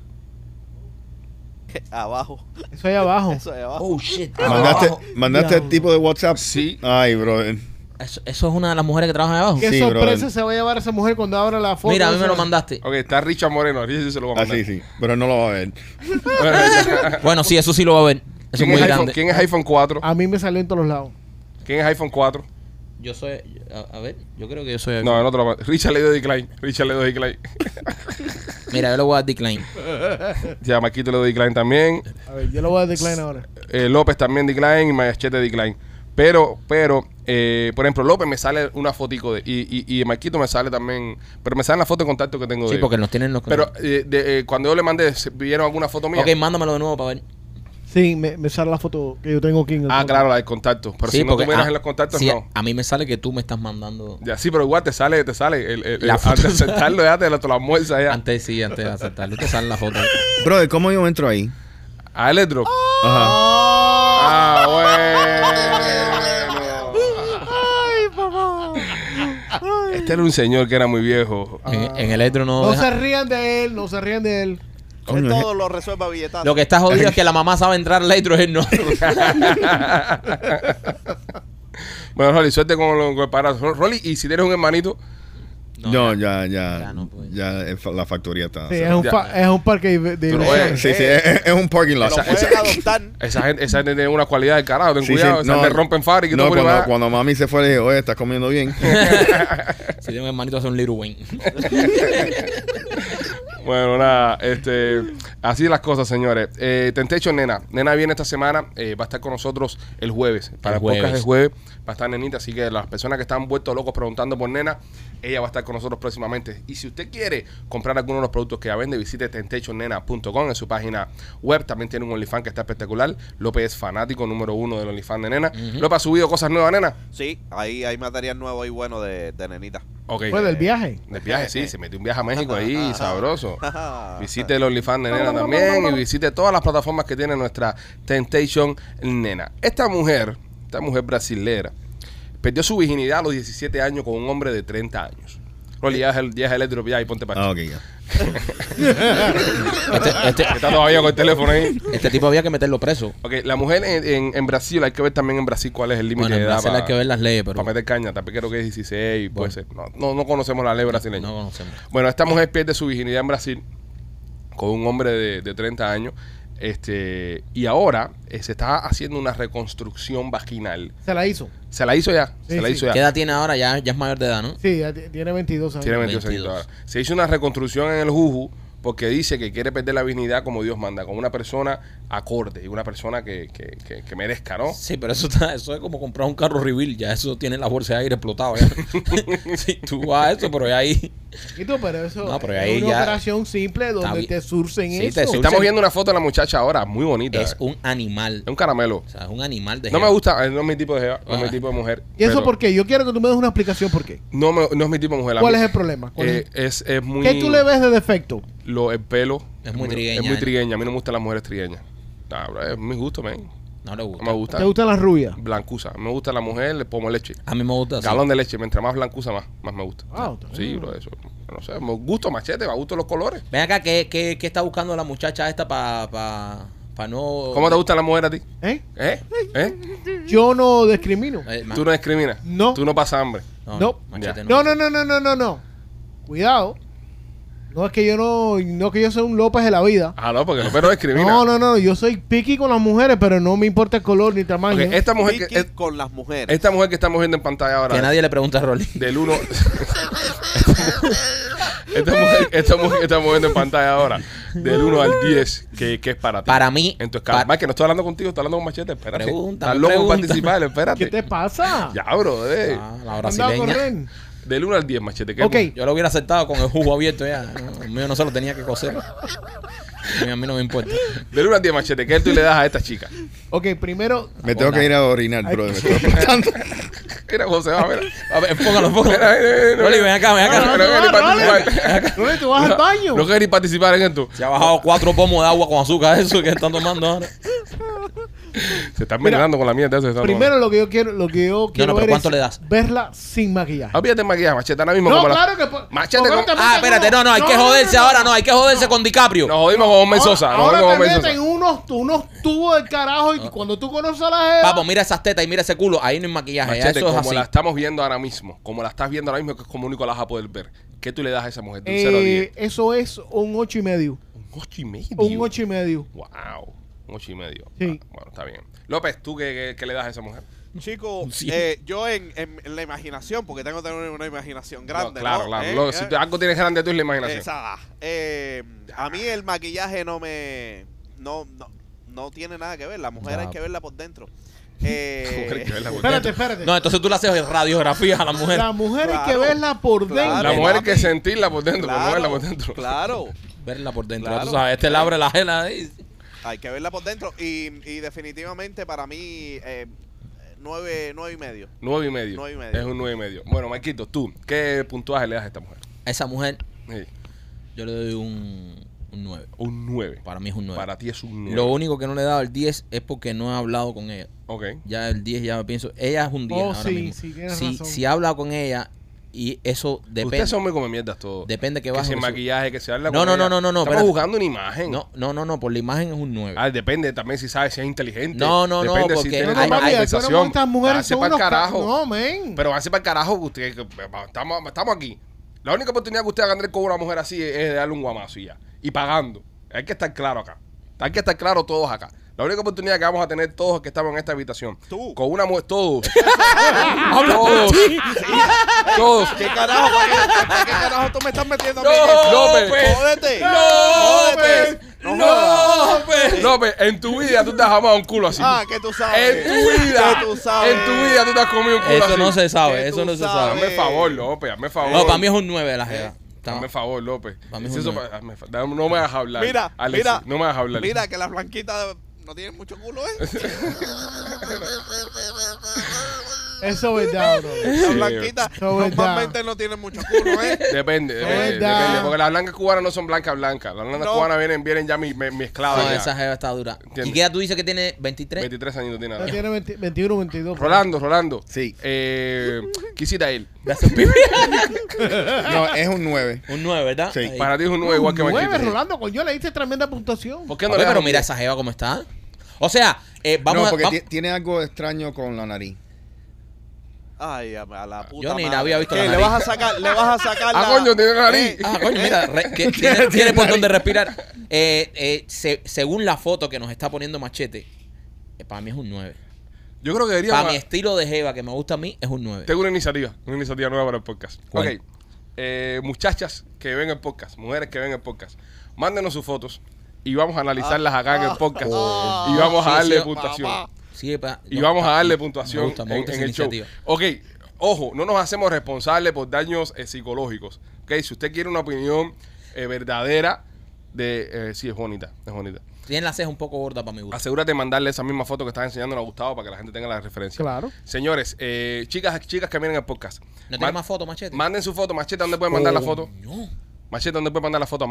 Eh, Abajo.
Eso ahí abajo.
Eso de abajo.
Oh shit.
Ah, Mandaste,
Abajo.
mandaste
Diablo.
el tipo de WhatsApp.
Sí.
Ay, brother.
Eso, eso es una de las mujeres que trabaja ahí abajo.
¿Qué
Sí,
sorpresa
brother.
se va a llevar esa mujer cuando abra la foto?
Mira, a mí me
esa?
lo mandaste.
Ok, está Richard Moreno. Richard sí se lo va a mandar.
Así Ah, sí. Pero no lo va a ver.
Bueno, ya.
Bueno, sí, eso sí lo va a ver. Eso es
¿Quién, es
muy
iPhone,
grande. Ah.
¿Quién es iPhone 4?
A mí me salió en todos lados.
¿Quién es iPhone 4?
Yo soy. A, a ver, yo creo que yo soy.
No, no te lo mando. Richard le dio decline. Richard le dio decline.
Mira, yo le voy a dar decline.
ya, Marquito le dio decline también.
A ver, yo lo voy a declinar ahora.
Eh, López también decline y Mayachete decline. Pero, pero, eh, por ejemplo, López me sale una fotico de, y, y, y Marquito me sale también, pero me salen las fotos de contacto que tengo de
Sí,
él.
porque nos tienen los.
Pero eh, de- eh, cuando yo le mandé, ¿se- ¿vieron alguna foto mía?
Ok, mándamelo de nuevo para ver.
Sí, me, me sale la foto que yo tengo aquí en el
Ah,
fondo.
claro, la de contacto. Pero si no
porque-
tú miras
ah,
en los contactos,
sí,
no.
A mí me sale que tú me estás mandando.
Ya, sí, pero igual te sale, te sale. El, el- el-
La foto.
antes de aceptarlo, ya te la, te la almuerza ya.
Antes sí, antes de aceptarlo. Te sale la foto.
Brother, ¿cómo yo entro ahí?
A él le drop.
Ajá.
Ah, bueno. Este era un señor que era muy viejo.
En, en Electro no.
No
deja-
se rían de él, no se rían de él.
Que
Coño,
todo lo resuelva billetazo.
Lo que está jodido es que la mamá sabe entrar Electro y él no.
Bueno, Rolly, suerte con, lo- con el parazo. Rolly, y si tienes un hermanito,
No, ya, ya.
Ya
Ya,
no puede.
el fa- la factoría está.
Sí, es, un
ya.
pa- es un parque de- de
Pero,
diversiones.
eh,
Sí, sí, es, es un parking lot.
lo
Esa-
pueden
esa-
adoptar.
esa gente, esa gente tiene una cualidad de carajo, ten
Sí, sí,
cuidado, esa gente rompe en fábrica y
no,
todo por ahí
cuando,
va.
cuando mami se fue, le dije, oye, estás comiendo bien.
Si tiene un hermanito, hace un Little Wayne.
Bueno, nada, este, así las cosas, señores. Eh, Tentecho, nena. Nena viene esta semana, eh, va a estar con nosotros el jueves. Para el
El
podcast
jueves.
de jueves va a estar nenita, así que las personas que están vueltos locos preguntando por nena, ella va a estar con nosotros próximamente. Y si usted quiere comprar alguno de los productos que ella vende, visite tentechonena.com en su página web. También tiene un OnlyFans que está espectacular. López es fanático número uno del OnlyFans de nena. López ha subido cosas nuevas, nena.
Sí, ahí hay material nuevo y bueno de, de nenita.
Ok.
Fue del viaje.
Del viaje, sí, se metió un viaje a México ahí, sabroso. Visite el OnlyFans de Nena también y visite todas las plataformas que tiene nuestra Temptation Nena. Esta mujer, esta mujer brasilera, perdió su virginidad a los 17 años con un hombre de 30 años. Rolly, ya es el, ya es el electro, ya y ponte para
ah,
aquí.
ok, ya.
Este, este-
Que Está todavía con el teléfono ahí.
este tipo había que meterlo preso.
Ok, la mujer en, en- en Brasil, hay que ver también en Brasil cuál es el límite
Bueno, en
de edad.
Brasil hay
para-
que ver las leyes, pero
Para meter caña, también creo que es 16, puede ser. No, no, no conocemos la ley brasileña.
no conocemos.
Bueno, esta mujer pierde su virginidad en Brasil con un hombre de, de 30 años. Este, y ahora eh, se está haciendo una reconstrucción vaginal.
Se la hizo.
Se la hizo ya.
Sí,
se la
sí.
hizo ya.
¿Qué edad tiene ahora? Ya, ya es mayor de edad, ¿no?
Sí, ya t- tiene 22 años.
Tiene 22 añitos
22.
ahora. Se hizo una reconstrucción en el Juju porque dice que quiere perder la virginidad como Dios manda, con una persona acorde y una persona que, que- que- que merezca, ¿no?
Sí, pero eso, está, eso es como comprar un carro reveal. Ya eso tiene la bolsa de aire explotado. Ya. sí, tú vas a eso, pero ya ahí.
Chiquito, pero eso
No, pero
es
ahí
una
ya-
operación simple donde
bien.
te surcen
Sí, te
eso.
sur-
Estamos viendo una foto de la muchacha ahora, muy bonita. eh.
Es
Es un,
un animal.
caramelo.
O sea, es un animal de
No me
jeva.
gusta, eh, no es mi tipo de jeva, no es mi
Ah.
tipo de mujer.
¿Y eso
pero
por qué? Yo quiero que tú me des una explicación por qué.
No, me- no es mi tipo de mujer. la
¿Cuál
mía.
es el problema? ¿Cuál
Eh,
es-
es, es muy...
¿Qué tú le ves de defecto?
lo, el pelo.
Es muy
a mí-
trigueña,
Es muy
¿eh?
trigueña. A mí no me gustan las mujeres trigueñas. Nah, Ah, bro, es mi gusto, man. No
No le
me
gusta.
gusta.
¿Te gustan las rubias?
Blancuza. Me gusta la mujer, le pongo leche.
A mí me gusta. así.
Galón de leche. Mientras más blancuza, más, más me gusta.
Ah, está
sí,
bien.
bro, eso. No sé, me gusto machete, me gusto los colores.
Ven acá, ¿qué, qué, qué está buscando la muchacha esta para pa, pa no.
¿Cómo te gusta la mujer a ti?
¿Eh?
¿Eh? ¿Eh?
Yo no discrimino.
Eh, ma-
Tú no discriminas.
No.
Tú no pasas hambre.
no,
no.
machete
No, no, no, no, no, no, no. Cuidado. No es que yo no, no es que yo sea un López de la vida.
Ah, no, porque pero discrimina.
No, no, no. Yo soy piqui con las mujeres, pero no me importa el color
Ok,
ni
este
tamaño.
esta mujer que,
Mickey
es-
con las mujeres.
esta mujer que estamos viendo en pantalla ahora.
Que nadie le pregunta a Rolly.
Del 1. esta, mujer, esta mujer que estamos viendo en pantalla ahora, del 1 al 10, que, que es para ti.
Para mí,
En tu escala.
para-
Más que no estoy hablando contigo, estoy hablando con Machete. Espérate.
Pregúntame,
Estás loco en
pregúntame.
participar, espérate.
¿Qué te pasa?
Ya, bro. eh.
Ah, la
Anda a
brasileña.
correr.
Del 1 al 10, Machete. ¿qué
Ok.
es?
Yo lo hubiera aceptado con el jugo abierto ya. No, El mío no se lo tenía que coser. A mí- A mí no me importa.
Del 1 al 10, Machete. ¿Qué tú le das a esta chica?
Ok, primero,
Me tengo que ir a orinar, bro. Me estoy apretando.
Mira, José, va, mira.
A ver, póngalo, póngalo.
Mira, mira, mira, mira.
Rolly, ven acá, ven
No,
acá.
no quiere ni
Ah, no, Rolly.
participar.
Rolly, tú vas al baño.
No quiere ni participar en esto.
Se ha bajado cuatro pomos de agua con azúcar, eso que están tomando ahora.
Se está envenenando con la mierda. eso que está
primero lo que yo quiero, lo que yo quiero
no, pero
ver
¿cuánto
es
le das?
verla sin maquillaje.
Olvídate de maquillaje, Ah, Machete. Ahora mismo.
No,
como la-
claro que po-
Machete,
porque
como-
te-
Ah, espérate, no, no, hay que
No,
joderse
no, no.
ahora, no, hay que joderse con DiCaprio.
Nos jodimos con Homer
Ahora-
Sosa. Nos
Ahora,
jodimos con
te
Homer
meten
Sosa.
unos, unos tubos del carajo y cuando tú conoces a la jeva,
Papo, mira esas tetas y mira ese culo, ahí no hay maquillaje, ya
Machete,
eso es
como
así.
la estamos viendo ahora mismo, como la estás viendo ahora mismo, que es como único la vas a poder ver. ¿Qué tú le das a esa mujer? De un 0 a
eh,
10.
eso es un ocho y medio.
Un 8 y medio.
Un ocho y medio.
Wow. Un 8 y medio.
Sí.
Ah, bueno, está bien. López, ¿tú qué, qué- qué le das a esa mujer?
Chico,
Sí.
eh, yo en, en- en la imaginación, porque tengo que tener una imaginación grande.
No, claro,
¿no?
claro.
Eh,
Lo-
eh,
si tú- algo tienes grande tú es la imaginación.
esa, eh, a mí el maquillaje no me. No, no, no tiene nada que ver. La mujer
Ya.
hay que verla por dentro.
Mujer, hay que
Eh,
verla por
Espérate,
dentro.
espérate.
No, entonces tú le haces radiografías a la mujer.
la mujer hay que
Claro,
verla por
claro.
dentro.
La mujer hay que
papi.
sentirla por dentro, por moverla por dentro.
claro.
Verla por dentro,
Claro.
ya tú sabes, este le abre la jela ahí.
Hay que verla por dentro. Y, y definitivamente para mí, eh, nueve, nueve y medio.
9 y medio.
Nueve y medio.
Es un 9 y medio. Bueno, Marquito, tú, ¿qué puntuaje le das a esta mujer?
A esa mujer
Sí.
yo le doy un Un 9.
Un 9.
Para mí es un 9.
Para ti es un 9.
Lo único que no le he dado el 10 es porque no he hablado con ella.
Ok.
Ya el 10 ya pienso, ella es un 10
Oh,
ahora
sí,
mismo.
sí, tienes
si,
razón.
si he hablado con ella y eso depende.
Ustedes son muy como mierdas todo.
Depende que
que
baje
si
o que suba.
maquillaje, que se habla
No,
con
no,
ella.
no, no, no, no,
Estamos
espérate.
jugando una imagen.
No, no, no, no, por la imagen es un 9.
Ah, depende también si sabes si es inteligente.
No, no, no,
depende si
porque
tiene
No,
hay-
no,
una
papi,
hay-
aquí
conversación.
ahora estas mujeres
Váyanse
son
pa'l
unos ca-
carajo.
No, men.
Pero hace para el carajo que usted, que eh, estamos, estamos aquí. La única oportunidad que usted va a tener con una mujer así es, de darle un guamazo y ya. Y pagando. Hay que estar claro acá. Hay que estar claro todos acá. La única oportunidad que vamos a tener todos los que estamos en esta habitación.
Tú.
Con una mujer, todos. todos. todos.
¿Qué carajo? ¿Para qué, para qué carajo tú me estás metiendo a mí?
pues. López.
¡Jódete!
López.
No jodas.
López. López, en tu vida tú te has jamado un culo así.
Ah, que tú sabes.
En tu vida.
Que tú sabes.
En tu vida tú te has comido un culo así.
Eso no se sabe,
Que
eso
tú
no se
sabes.
sabe.
Hazme favor, López. Hazme favor.
No, para mí es un 9 la jeva. Está-
Dame favor, López.
Para mí es
Si
un
eso
nueve.
pa- hazme fa- dame- no me vas a hablar.
Mira,
Alexis,
mira.
No me vas a hablar.
Mira, que las blanquitas no tienen mucho culo, ¿eh?
Eso es verdad, bro.
Sí,
Las blanquitas
Eso es
normalmente no tienen mucho culo, ¿eh?
Depende, depende,
verdad.
depende, Porque las blancas cubanas no son blancas blancas. Las blancas
No.
cubanas vienen, vienen ya mi- mi- mezcladas.
No,
ya.
esa jeva está dura.
Entiendo.
¿Y qué edad tú dices que tiene 23?
23 años no tiene
Ya
nada.
tiene 20 21, 22. bro.
Rolando, Rolando.
Sí.
Eh, quisita él.
Gracias, Pipi.
No, es un 9.
un 9, ¿verdad?
Sí.
Ahí.
Para ti es un 9 igual que
Nueve,
Marquito.
Rolando, coño, le diste tremenda puntuación.
¿Por qué no
Oye,
le das
pero
un
mira
diez?
esa jeva cómo está. O sea, eh, vamos
no,
a...
porque
va-
ti- tiene algo extraño con la nariz.
Ay, a a la puta
Yo ni la
madre.
había visto
¿Qué,
la
le
nariz.
vas a sacar, le vas a sacar
Ah,
la...
coño, tiene nariz.
Ah, coño, mira, re- que tiene, tiene por dónde respirar. Eh, eh, se- según la foto que nos está poniendo Machete, eh, para mí es un 9.
Yo creo que
Para
deberíamos.
mi estilo de jeva que me gusta a mí es un 9.
Tengo una iniciativa, una iniciativa nueva para el podcast.
¿Cuál?
Ok. Eh, muchachas que ven el podcast, mujeres que ven el podcast, mándenos sus fotos y vamos a analizarlas acá en el podcast. y vamos a
Sí,
darle
sí,
puntuación.
papá.
Sí, pa-
Y
no,
vamos a
pa-
darle
me
puntuación
gusta, me
en-
gusta
en,
esa
el show.
iniciativa.
Ok, ojo, no nos hacemos responsables por daños eh, psicológicos. Ok, si usted quiere una opinión eh, verdadera de... eh, sí, es bonita, es bonita.
Tiene la ceja un poco gorda para mi gusto.
Asegúrate de mandarle esa misma foto que estás enseñando a Gustavo para que la gente tenga la referencia.
Claro.
Señores, eh, chicas, chicas que miren el podcast.
¿No
Man-
tiene más foto, Machete? Oh,
Manden su foto, Machete, ¿dónde pueden
Oh.
mandar la foto?
Coño.
Machete, ¿dónde puede mandar la foto? A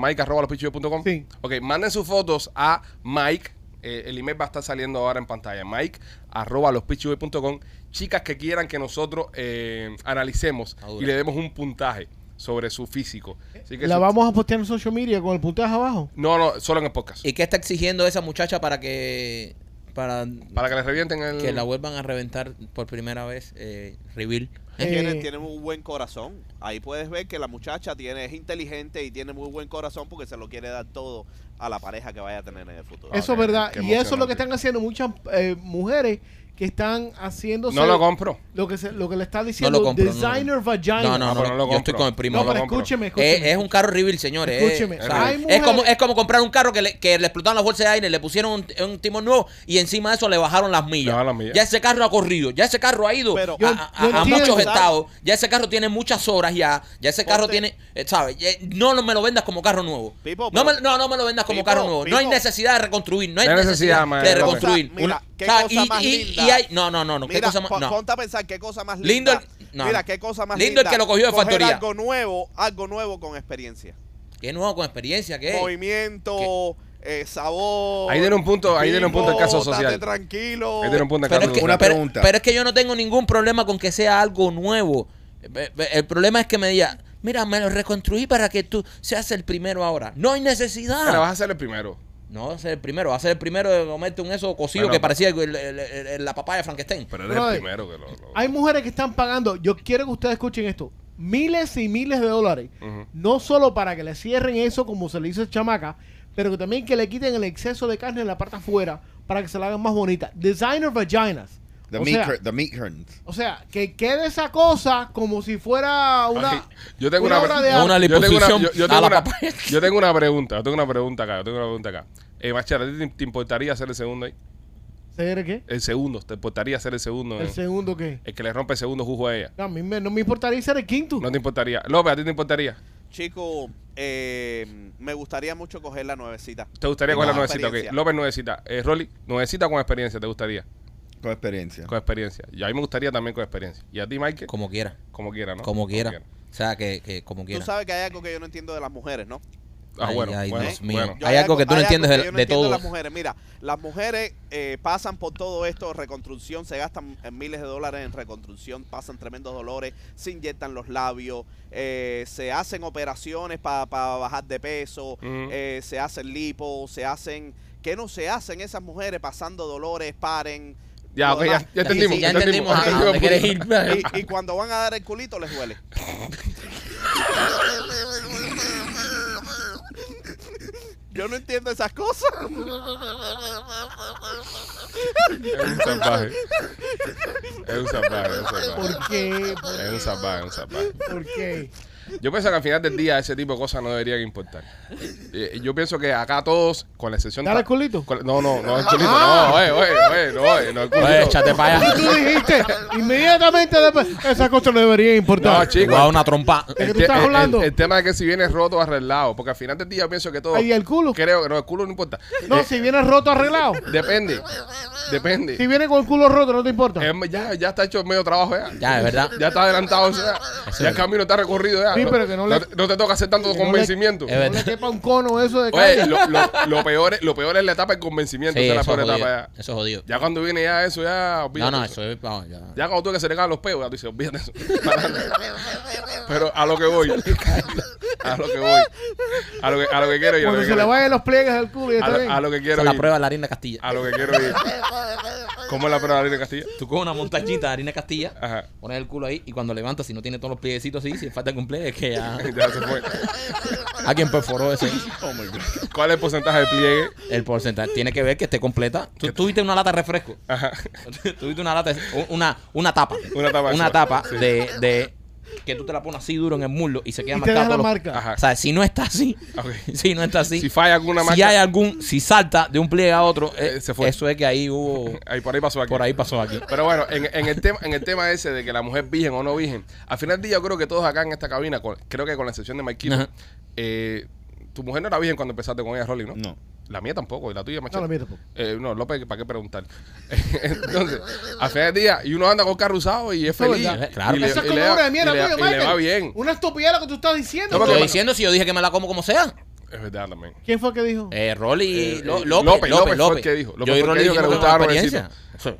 mike.com.
Sí.
Ok, manden sus fotos a Mike. eh, el email va a estar saliendo ahora en pantalla. Mike arroba lospitchyboy.com. Chicas que quieran que nosotros eh, analicemos
Ah, dura.
y le demos un puntaje sobre su físico. Así que
La
si-
vamos a postear en social media con el puntaje abajo.
No, no, solo en el podcast.
¿Y qué está exigiendo esa muchacha para que... Para,
Para que les revienten el.
que la vuelvan a reventar por primera vez, eh, Reveal?
Eh,
Tiene, tiene muy buen corazón. Ahí puedes ver que la muchacha tiene, es inteligente y tiene muy buen corazón porque se lo quiere dar todo a la pareja que vaya a tener en el futuro.
eso
ok,
es verdad.
qué
Y eso es lo
emocionante.
que están haciendo muchas eh, mujeres que están haciendo
no lo compro.
lo que se- lo que le está
No
diciendo
lo compro. no, no, no.
designer vagina.
No, no,
Ah,
no.
pero no lo
yo estoy
compro.
con el primo.
No,
no
pero
lo compro. Eh,
escúcheme, escúcheme.
Es, es un carro reveal, señores. eh,
Escúcheme,
¿sabes?
hay
es,
mujeres-
como, es como comprar un carro que le, que le explotaron las bolsas de aire, le pusieron un, un timón nuevo y encima de eso le bajaron las millas.
Le bajaron las millas.
Ya ese carro ha corrido, ya ese carro ha ido
Pero-
a-
Yo-
a,
yo
a
entiendo.
muchos estados, ya ese carro tiene muchas horas ya, ya ese carro
Ponte-
tiene, eh, ¿sabes? Ya- No lo- me lo vendas como carro nuevo.
Pipo,
no,
pero-
me, no, no me lo vendas como
Pipo,
carro nuevo. No hay
Pipo.
necesidad de reconstruir, no hay
No hay
necesidad,
necesidad, man,
de
López.
reconstruir.
Mira, qué
¿Sabes?
cosa más
y,
linda.
y hay- no, no, no, no, qué
Mira,
cosa más,
pon-
no.
ponte a pensar qué cosa más
Lindo
linda.
el- no,
Mira,
no.
qué cosa más
Lindo el
linda.
que lo cogió de
Coger
factoría.
algo nuevo, algo nuevo con experiencia.
Qué nuevo con experiencia, qué
Movimiento, eh, sabor.
Ahí tiene un punto- ahí tiene un punto el caso
Pipo,
social.
estate tranquilo.
Ahí tiene un punto de
Pero es,
cálculo.
que,
Una
pero-
pregunta.
pero es que yo no tengo ningún problema con que sea algo nuevo. Be- be- El problema es que me diga, mira, me lo reconstruí para que tú seas el primero ahora. No hay
Pero vas
necesidad.
a ser el primero.
No va a ser el primero, va a ser el primero de comerte un eso cocido
Bueno,
que parecía el- el- el- el- la papaya de Frankenstein.
Pero eres el
Brother,
primero que lo. lo-
Hay mujeres que están pagando, yo quiero que ustedes escuchen esto, miles y miles de dólares,
Ujú.
no solo para que le cierren eso como se le hizo el chamaca, pero que también que le quiten el exceso de carne en la parte afuera para que se la hagan más bonita. Designer vaginas.
The
o,
meat,
sea,
cur- the meat curtains.
o sea, que quede esa cosa como si fuera una...
Ay, yo tengo una,
una obra de
yo
arte.
Una
tengo una-
liposucción
yo- yo
a
tengo
la
una-
papaya.
yo tengo una pregunta, yo tengo una pregunta acá, yo tengo una pregunta acá. Eh, Machete, ¿a ti te, te importaría hacer el segundo ahí?
¿Se cree qué?
El segundo, ¿te importaría hacer el segundo?
¿El
eh?
segundo qué?
El que le rompe el segundo jugo a ella.
A mí me- no me importaría ser el quinto.
No te importaría. López, ¿a ti te importaría?
Chico, eh, me gustaría mucho coger la nuevecita.
¿Te gustaría
Y
con la
más
nuevecita? Ok,
experiencia.
López, nuevecita. Eh, Rolly, nuevecita con experiencia, ¿te gustaría?
Con experiencia.
Con experiencia. Y a mí me gustaría también con experiencia. ¿Y a ti, Mike? Como,
Como quiera,
quiera, ¿no?
como quiera. O sea, que, que como
Tú
quiera.
sabes que hay algo que yo no entiendo de las mujeres, ¿no?
Ah,
Ay,
bueno,
ay,
bueno,
Dios mío.
bueno.
Hay algo que tú no
hay
entiendes
que
de-
yo
de
entiendo
todo.
Las mujeres. Mira, las mujeres eh, pasan por todo esto, reconstrucción, se gastan eh, miles de dólares en reconstrucción, pasan tremendos dolores, se inyectan los labios, eh, se hacen operaciones para bajar de peso,
Ujú.
eh, se hacen lipo, se hacen... ¿Qué no se hacen esas mujeres pasando dolores, paren?
Ya,
lo
ok, ya,
demás?
ya entendimos.
Sí, ya entendimos a- a
entendimos.
dónde quieres ir.
Y, y cuando van a dar el culito les duele. Yo no entiendo esas cosas.
Es un salvaje. Es un salvaje, es un salvaje.
¿Por qué? ¿Por,
Es un salvaje, es un salvaje.
por qué?
Yo pienso que al final del día ese tipo de cosas no deberían importar. Eh, Yo pienso que acá todos, con la excepción
¿Dale
ta-
el culito?
con- No, no, no es el culito. No, oye, oye, oye, no, oye, no es el culito.
Oye, Pues, échate para
¿Qué
allá.
tú dijiste? Inmediatamente después. Esa cosa no debería
No,
Te
importar.
voy a
chicos.
dar una trompa.
¿De qué tú
te-
estás hablando?
El, tema de que si viene roto o arreglado, porque al final del día yo pienso que todo.
Ahí el culo.
Creo que no, el culo no importa.
No,
Eh,
si viene roto arreglado.
Depende. Depende.
Si viene con el culo roto, no te importa.
Eh, ya, ya está hecho medio trabajo ya.
Ya, es verdad.
Ya está adelantado, o sea, ya el camino está recorrido ya.
Sí, pero que no le-
te- no te toca hacer tanto
que no le-
convencimiento.
Es verdad.
No le quepa un cono eso de
Oye,
Pues, calle.
lo, lo- lo peor es, lo peor es la etapa del convencimiento,
Sí,
esa es
eso
la peor
es jodido.
etapa ya.
Eso es jodido.
Ya cuando viene ya eso, ya
No,
olvídate
no,
eso.
eso es. vamos, ya.
Ya cuando tú que se le caen los peos, ya tú dices, olvídate eso. Pero a lo que voy. A lo que voy. A lo que, a lo que quiero ir. a lo que
Cuando se le
quiero ir.
vayan los pliegues al culo y ya
A
está
lo-
bien.
a lo que
Esa
quiero
es la
ir.
prueba de la harina de Castilla.
A lo que quiero ir. ¿Cómo es la prueba de la harina Castilla?
Tú coges una montañita de harina de Castilla,
Ajá.
pones el culo ahí y cuando levantas, si no tiene todos los piecitos así, si falta cumplir, es que ya.
Ya se fue.
Alguien perforó ese.
¿Cuál es el porcentaje de pliegue?
El porcentaje tiene que ver que esté completa. Tú tuviste una lata de refresco.
Ajá.
Tuviste una lata, de- una, una tapa.
Una tapa de
Una
soda.
tapa
Sí.
de, de- que tú te la pones así duro en el muslo y se queda
Y te deja
marcado.
la
todo lo-
marca.
Ajá.
O sea, si no está así,
Ok.
si no está así,
Si falla alguna
si
marca-
hay algún, si salta de un pliegue a otro, eh,
Eh, se fue.
eso es que ahí hubo,
Ahí por ahí pasó aquí.
por ahí pasó aquí.
Pero bueno, en, en el tema, en el tema ese de que la mujer virgen o no virgen, al final del día yo creo que todos acá en esta cabina, con- creo que con la excepción de Marquito,
Ajá.
eh, tu mujer no era virgen cuando empezaste con ella, Rolly, ¿no?
No.
La mía tampoco, y la tuya, machete.
No, pues. la mía tampoco.
Eh, no, López, ¿para qué preguntar? Entonces, al final del día, y uno anda con carro usado y es
Eso es
feliz.
verdad. Claro.
Y le,
Esa es
y le-
como una
y
mierda,
le-
tuyo,
y le va
Michael.
bien.
Una estupidez lo que tú estás diciendo.
No, porque-
Estoy diciendo si yo dije que me la como como sea.
Es verdad también.
¿Quién fue que dijo?
Eh, Rolly,
Eh,
Lo-
eh,
López, López, López.
fue el que dijo. López
yo
fue
y
el que
Rolly
dijo que le
dijimos
gustaba
que
los
experiencia. Sí.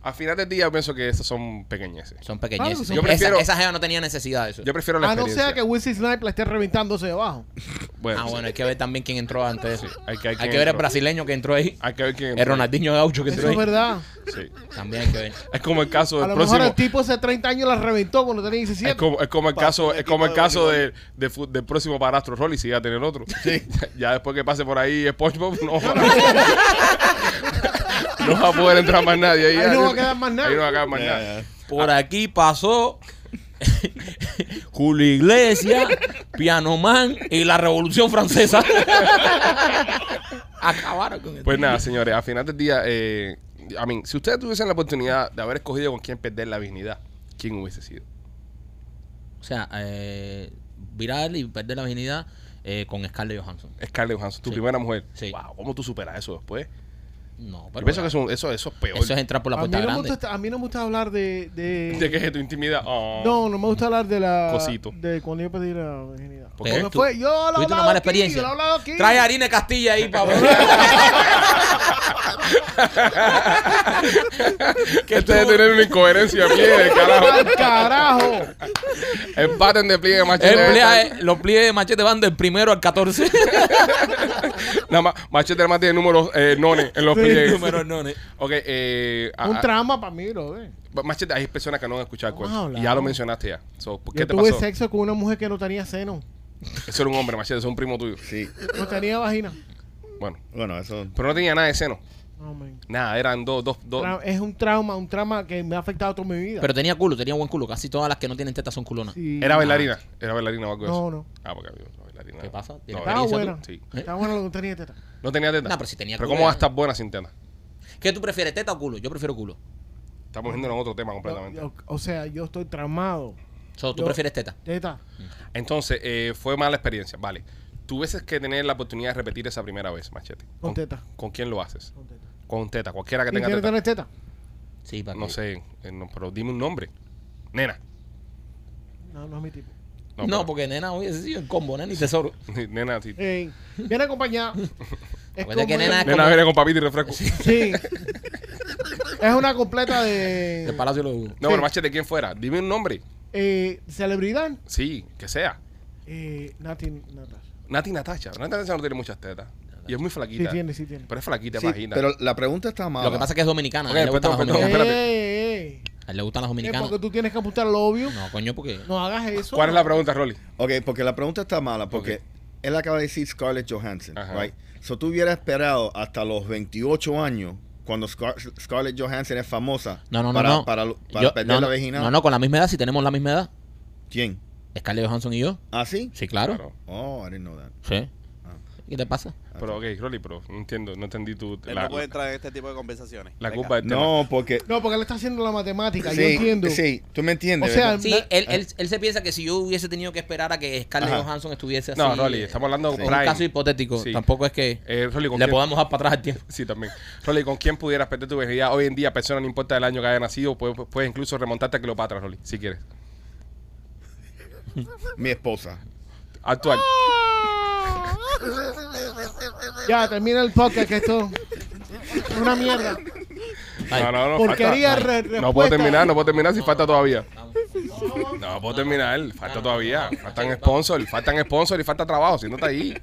Al final del día yo pienso que esas son pequeñeces.
Son pequeñeces.
son
Esa-
pequeñeces.
esa, jeva no tenía necesidad de eso.
Yo prefiero la
A Ah, no
experiencia.
sea que Wilson Snipe la esté reventándose de abajo.
Bueno,
ah, bueno, hay que ver también quién entró antes.
Sí, hay que- hay
hay
que
que ver el
entró.
brasileño que entró ahí.
hay que ver quién.
El Ronaldinho Gaucho que
Eso
entró
es
ahí.
verdad.
Sí.
También hay que ver.
Es como el caso
A
del
lo
Pues próximo.
mejor el tipo hace 30 años la reventó cuando tenía
Es
17.
como, es como el
Para
caso,
un
es como el
equipo de
caso de, de fu- del próximo parastro Rolly, si va a tener otro. ya después que pase por ahí SpongeBob, no, no va a poder entrar más nadie. Ahí,
Ahí
ya-
no va a quedar más nada.
Ahí no va a quedar más
Ya,
nada.
ya.
Por aquí pasó Julio Iglesias, Piano Man y la Revolución Francesa. Acabaron con esto.
Pues nada, señores, al final del día, eh, a mí, si ustedes tuviesen la oportunidad de haber escogido con quién perder la virginidad, ¿quién hubiese sido?
O sea, eh, viral y perder la virginidad eh, con Scarlett Johansson.
Scarlett Johansson, tu
Sí.
primera mujer.
Sí.
Wow, ¿cómo tú superas eso después?
No,
Yo
pero
pienso que eso, eso, eso es peor.
eso es entrar por la
a, mí
puerta
no me
grande.
gusta, a mí no me gusta hablar de... de-
¿De qué es tu intimidad? Oh.
No, no me gusta hablar de la...
Cosito.
De cuando yo pedí la virginidad.
¿Por qué?
Porque
Tú-
fue- yo lo he
tuviste una
hablado
mala
aquí,
experiencia.
yo lo he hablado aquí.
Trae harina de Castilla ahí, Pablo.
Que ustedes tienen una incoherencia aquí de carajo.
¡Al carajo!
Empaten de pliegue machete.
El pliegue- los pliegues de machete van del primero al 14.
Nada más, machete nada más tiene números eh, nones en los
Sí,
pliegues.
Número no, no.
Ok, eh,
Ah,
a-
Un
a-
trauma para mí, lo de.
machete, hay personas que no han escuchado el
Vamos
cuento.
a hablar.
Y ya lo mencionaste ya. So, ¿Qué
Yo
te
tuve
pasó?
sexo con una mujer que no tenía seno.
Eso era un hombre, machete, eso es un primo tuyo.
Sí.
No tenía vagina.
Bueno,
Bueno, eso.
pero no tenía nada de seno.
No, man.
Nada, eran dos, dos, dos.
Tra- Es un trauma, un trauma que me ha afectado toda mi vida.
Pero tenía culo, tenía buen culo. Casi todas las que no tienen teta son culonas.
Sí.
Era bailarina. Era bailarina o algo de
No,
eso.
no.
Ah, porque había otra bailarina.
¿Qué pasa? ¿Tiene
No,
Estaba
¿Periza tú?
buena.
Sí.
Estaba buena lo que tenía teta.
no tenía teta.
No, pero si tenía
Pero
culo,
¿cómo
ya.
vas a estar buena sin teta?
¿Qué tú prefieres, teta o culo? Yo prefiero culo.
Estamos yendo en otro tema completamente.
Yo- yo- o sea, yo estoy traumado.
So, tú
Yo-
prefieres teta.
Teta.
Entonces, eh, fue mala experiencia. Vale. Tuvieses que tener la oportunidad de repetir esa primera vez, machete.
Con teta.
¿Con quién lo haces?
Con teta.
Con teta, cualquiera que
¿Y
tenga
quiere
teta.
tener teta?
Sí, para
No sé, eh, no, pero dime un nombre. Nena.
No, no es mi tipo.
No,
No,
pero-
porque nena hubiese sido el combo, nena y tesoro.
Nena, sí.
Eh, viene acompañada. Es
Acuérdate que nena-
Nena viene con papita y refresco.
Sí. Es una completa de
El palacio de los...
No, pero machete, ¿quién fuera? Dime un nombre.
eh, celebridad.
Sí, que sea.
Eh, Nati Natasha.
Nati Natacha. Nati Natacha no tiene muchas tetas. Y es muy
Sí
flaquita.
tiene, sí tiene.
Pero es flaquita,
Sí,
imagina.
pero la pregunta está mala.
Lo que pasa es que es dominicana.
Ok,
a, él le gustan
perdón,
las
perdón,
dominicanas.
espérate.
Eh, eh,
A él le gustan las
eh,
dominicanas.
porque tú tienes que apuntar lo obvio.
No, coño, porque...
No hagas eso.
¿Cuál es la pregunta, Rolly?
Ok, porque la pregunta está mala, porque él acaba de decir Scarlett Johansson,
Ajá.
right? So tú hubieras esperado hasta los 28 años, cuando Scar- Scarlett Johansson es famosa,
No, no, no.
para,
no.
para, para
Yo-
perder
no,
la
no,
virginidad.
No, no, con la misma edad, si tenemos la misma edad.
¿Quién?
Scarlett Johansson y yo.
¿Ah, sí?
Sí, claro.
Oh, I didn't know that.
Sí.
Ah.
¿Qué te pasa?
Pero, ok, Rolly, pero no entiendo, no entendí tu.
Él
La,
no puede entrar en este tipo de conversaciones.
la
Venga.
culpa del tema.
No, porque...
No, porque él está haciendo la matemática. yo
sí,
entiendo.
sí, tú
O
me entiendes,
sea,
¿verdad?
Sí,
na-
él, él, él se piensa que si yo hubiese tenido que esperar a que Scarlett
eh. Ajá.
Johansson estuviese así...
No, Rolly, estamos hablando
Sí.
de
Es un caso hipotético.
Sí.
Tampoco es que
Eh, Rolly, ¿con
le
quién?
podamos dar para atrás el tiempo.
Sí, también. Rolly, ¿con quién pudieras perder tu virginidad? Hoy en día, persona, no importa el año que haya nacido, puedes, puedes incluso remontarte a Cleopatra, Rolly, si quieres.
Mi esposa.
Actual.
ya, termina el podcast que esto es una mierda.
Ay.
No, no, no.
Porquería
falta.
re-
No puedo
respuesta.
terminar, no puedo terminar si falta todavía. No puedo terminar, falta todavía. Faltan sponsors, faltan sponsors y falta trabajo, si no está ahí.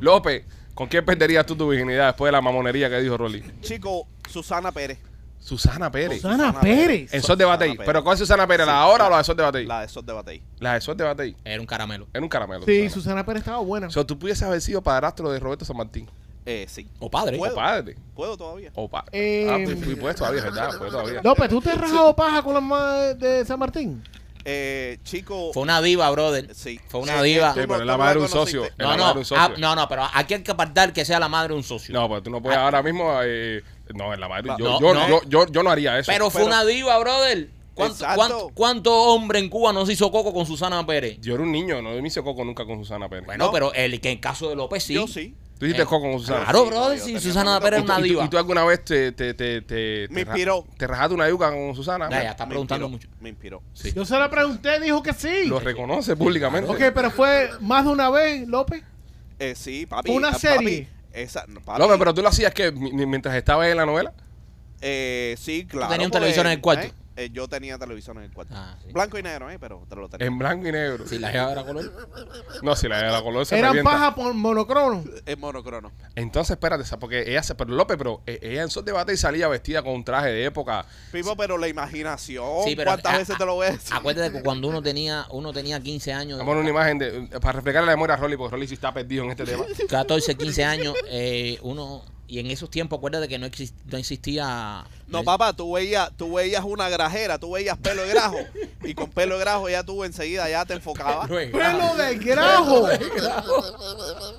López, ¿con quién perderías tú tu virginidad después de la mamonería que dijo Rolly?
Chico, Susana Pérez.
Susana Pérez.
Susana Pérez.
En Sol de Batey.
Susana Pérez.
¿Pero cuál es Susana Pérez? ¿La de ahora o la de Sol de Batey?
La de Sot de Batey.
La de Sol de Batey.
Era un caramelo.
Era un caramelo.
Sí,
Susana.
Susana Pérez estaba buena.
O sea, tú pudieses haber sido padrastro de Roberto San Martín.
Eh, sí.
O padre.
O
Puedo.
padre.
Puedo todavía.
O padre.
Eh,
ah, pues, fui puesto todavía, ¿verdad? Fue todavía.
López, ¿tú te has rajado paja con la mamá de- de San Martín?
Eh, chico. eh,
Fue una diva, brother.
Sí.
Fue una
Sí,
diva.
tú
Sí, pero
no-
la
tú no
madre de un
conociste.
socio.
No,
la
no,
madre de un
ah,
socio.
no, no, pero aquí hay que apartar que sea la madre de un socio.
No, pero tú no puedes
Ah.
ahora mismo. eh, no, en la madre. Yo
No,
yo-
no.
yo- yo- yo no haría eso.
pero fue
pero-
una diva, brother. ¿Cuánto,
Exacto.
cuánto, cuánto hombre en Cuba no se hizo coco con Susana Pérez?
Yo era un niño, no me hice coco nunca con Susana Pérez.
Bueno,
No.
pero el que en caso de López sí.
Yo sí.
tú hiciste
eh,
coco con Susana.
Claro,
Sí,
brother,
no, yo
sí,
tenía
Susana
mucho
Pérez es
¿Y tú,
una
y tú-
diva.
y tú alguna vez te, te, te, te, te
Me
ra-
inspiró.
te rajaste una yuca con Susana?
Ya, ya está
Me
preguntando
inspiró,
mucho.
Me inspiró.
Sí.
Yo se la pregunté, dijo que sí.
Lo reconoce públicamente.
Ok, pero fue más de una vez, López.
Eh, sí, papi.
Una
ah, papi,
serie.
Esa, no, papi.
López, pero tú lo hacías que mientras estabas en la novela.
Eh, sí, claro.
tenías un
porque,
televisor en el cuarto?
¿eh? Eh, yo tenía televisor en el cuarto.
Ah, sí.
Blanco y negro, ¿eh? Pero te lo tenía.
En blanco y negro.
Si la jeva era color.
No, si la, la color se
Eran
revienta.
paja por monocrono.
Es monocrono.
Entonces, espérate, ¿sabes? porque ella se. Pero López, pero eh, ella en esos debates y salía vestida con un traje de época.
Pipo, pero la imaginación.
Sí, pero-
¿Cuántas
ah,
veces te lo voy a decir?
Acuérdate que cuando uno tenía, uno tenía 15 años,
Vamos a una imagen de, eh, para reflejar la memoria a Rolly, porque Rolly sí está perdido en este tema.
14, 15 años, eh, uno. Y en esos tiempos, acuérdate que no, exis- no existía.
No, papá, tú veías, tú veías una grajera, tú veías pelo de grajo. y con pelo de grajo ya tú enseguida ya te enfocabas.
¡Pelo de grajo!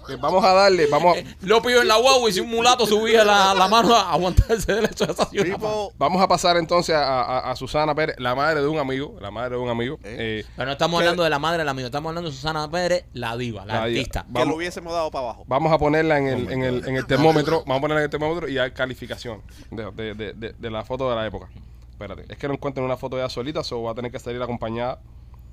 Eh, Vamos a darle, vamos, a-
Lo pidió en la guagua y si un mulato subía la, la mano a aguantarse de la sensación.
Pipo,
vamos a pasar entonces a, a- a Susana Pérez, la madre de un amigo, la madre de un amigo. eh,
Pero no estamos hablando de la madre del amigo, estamos hablando de Susana Pérez, la diva, la,
La diva.
artista.
que lo
vamos-
hubiésemos dado para abajo.
vamos a ponerla en el, en el, en el termómetro, vamos a ponerla en el termómetro y dar calificación de, de- de- de- de la foto de la época. Espérate, es que no encuentro una foto ya solita, o va a tener que salir acompañada.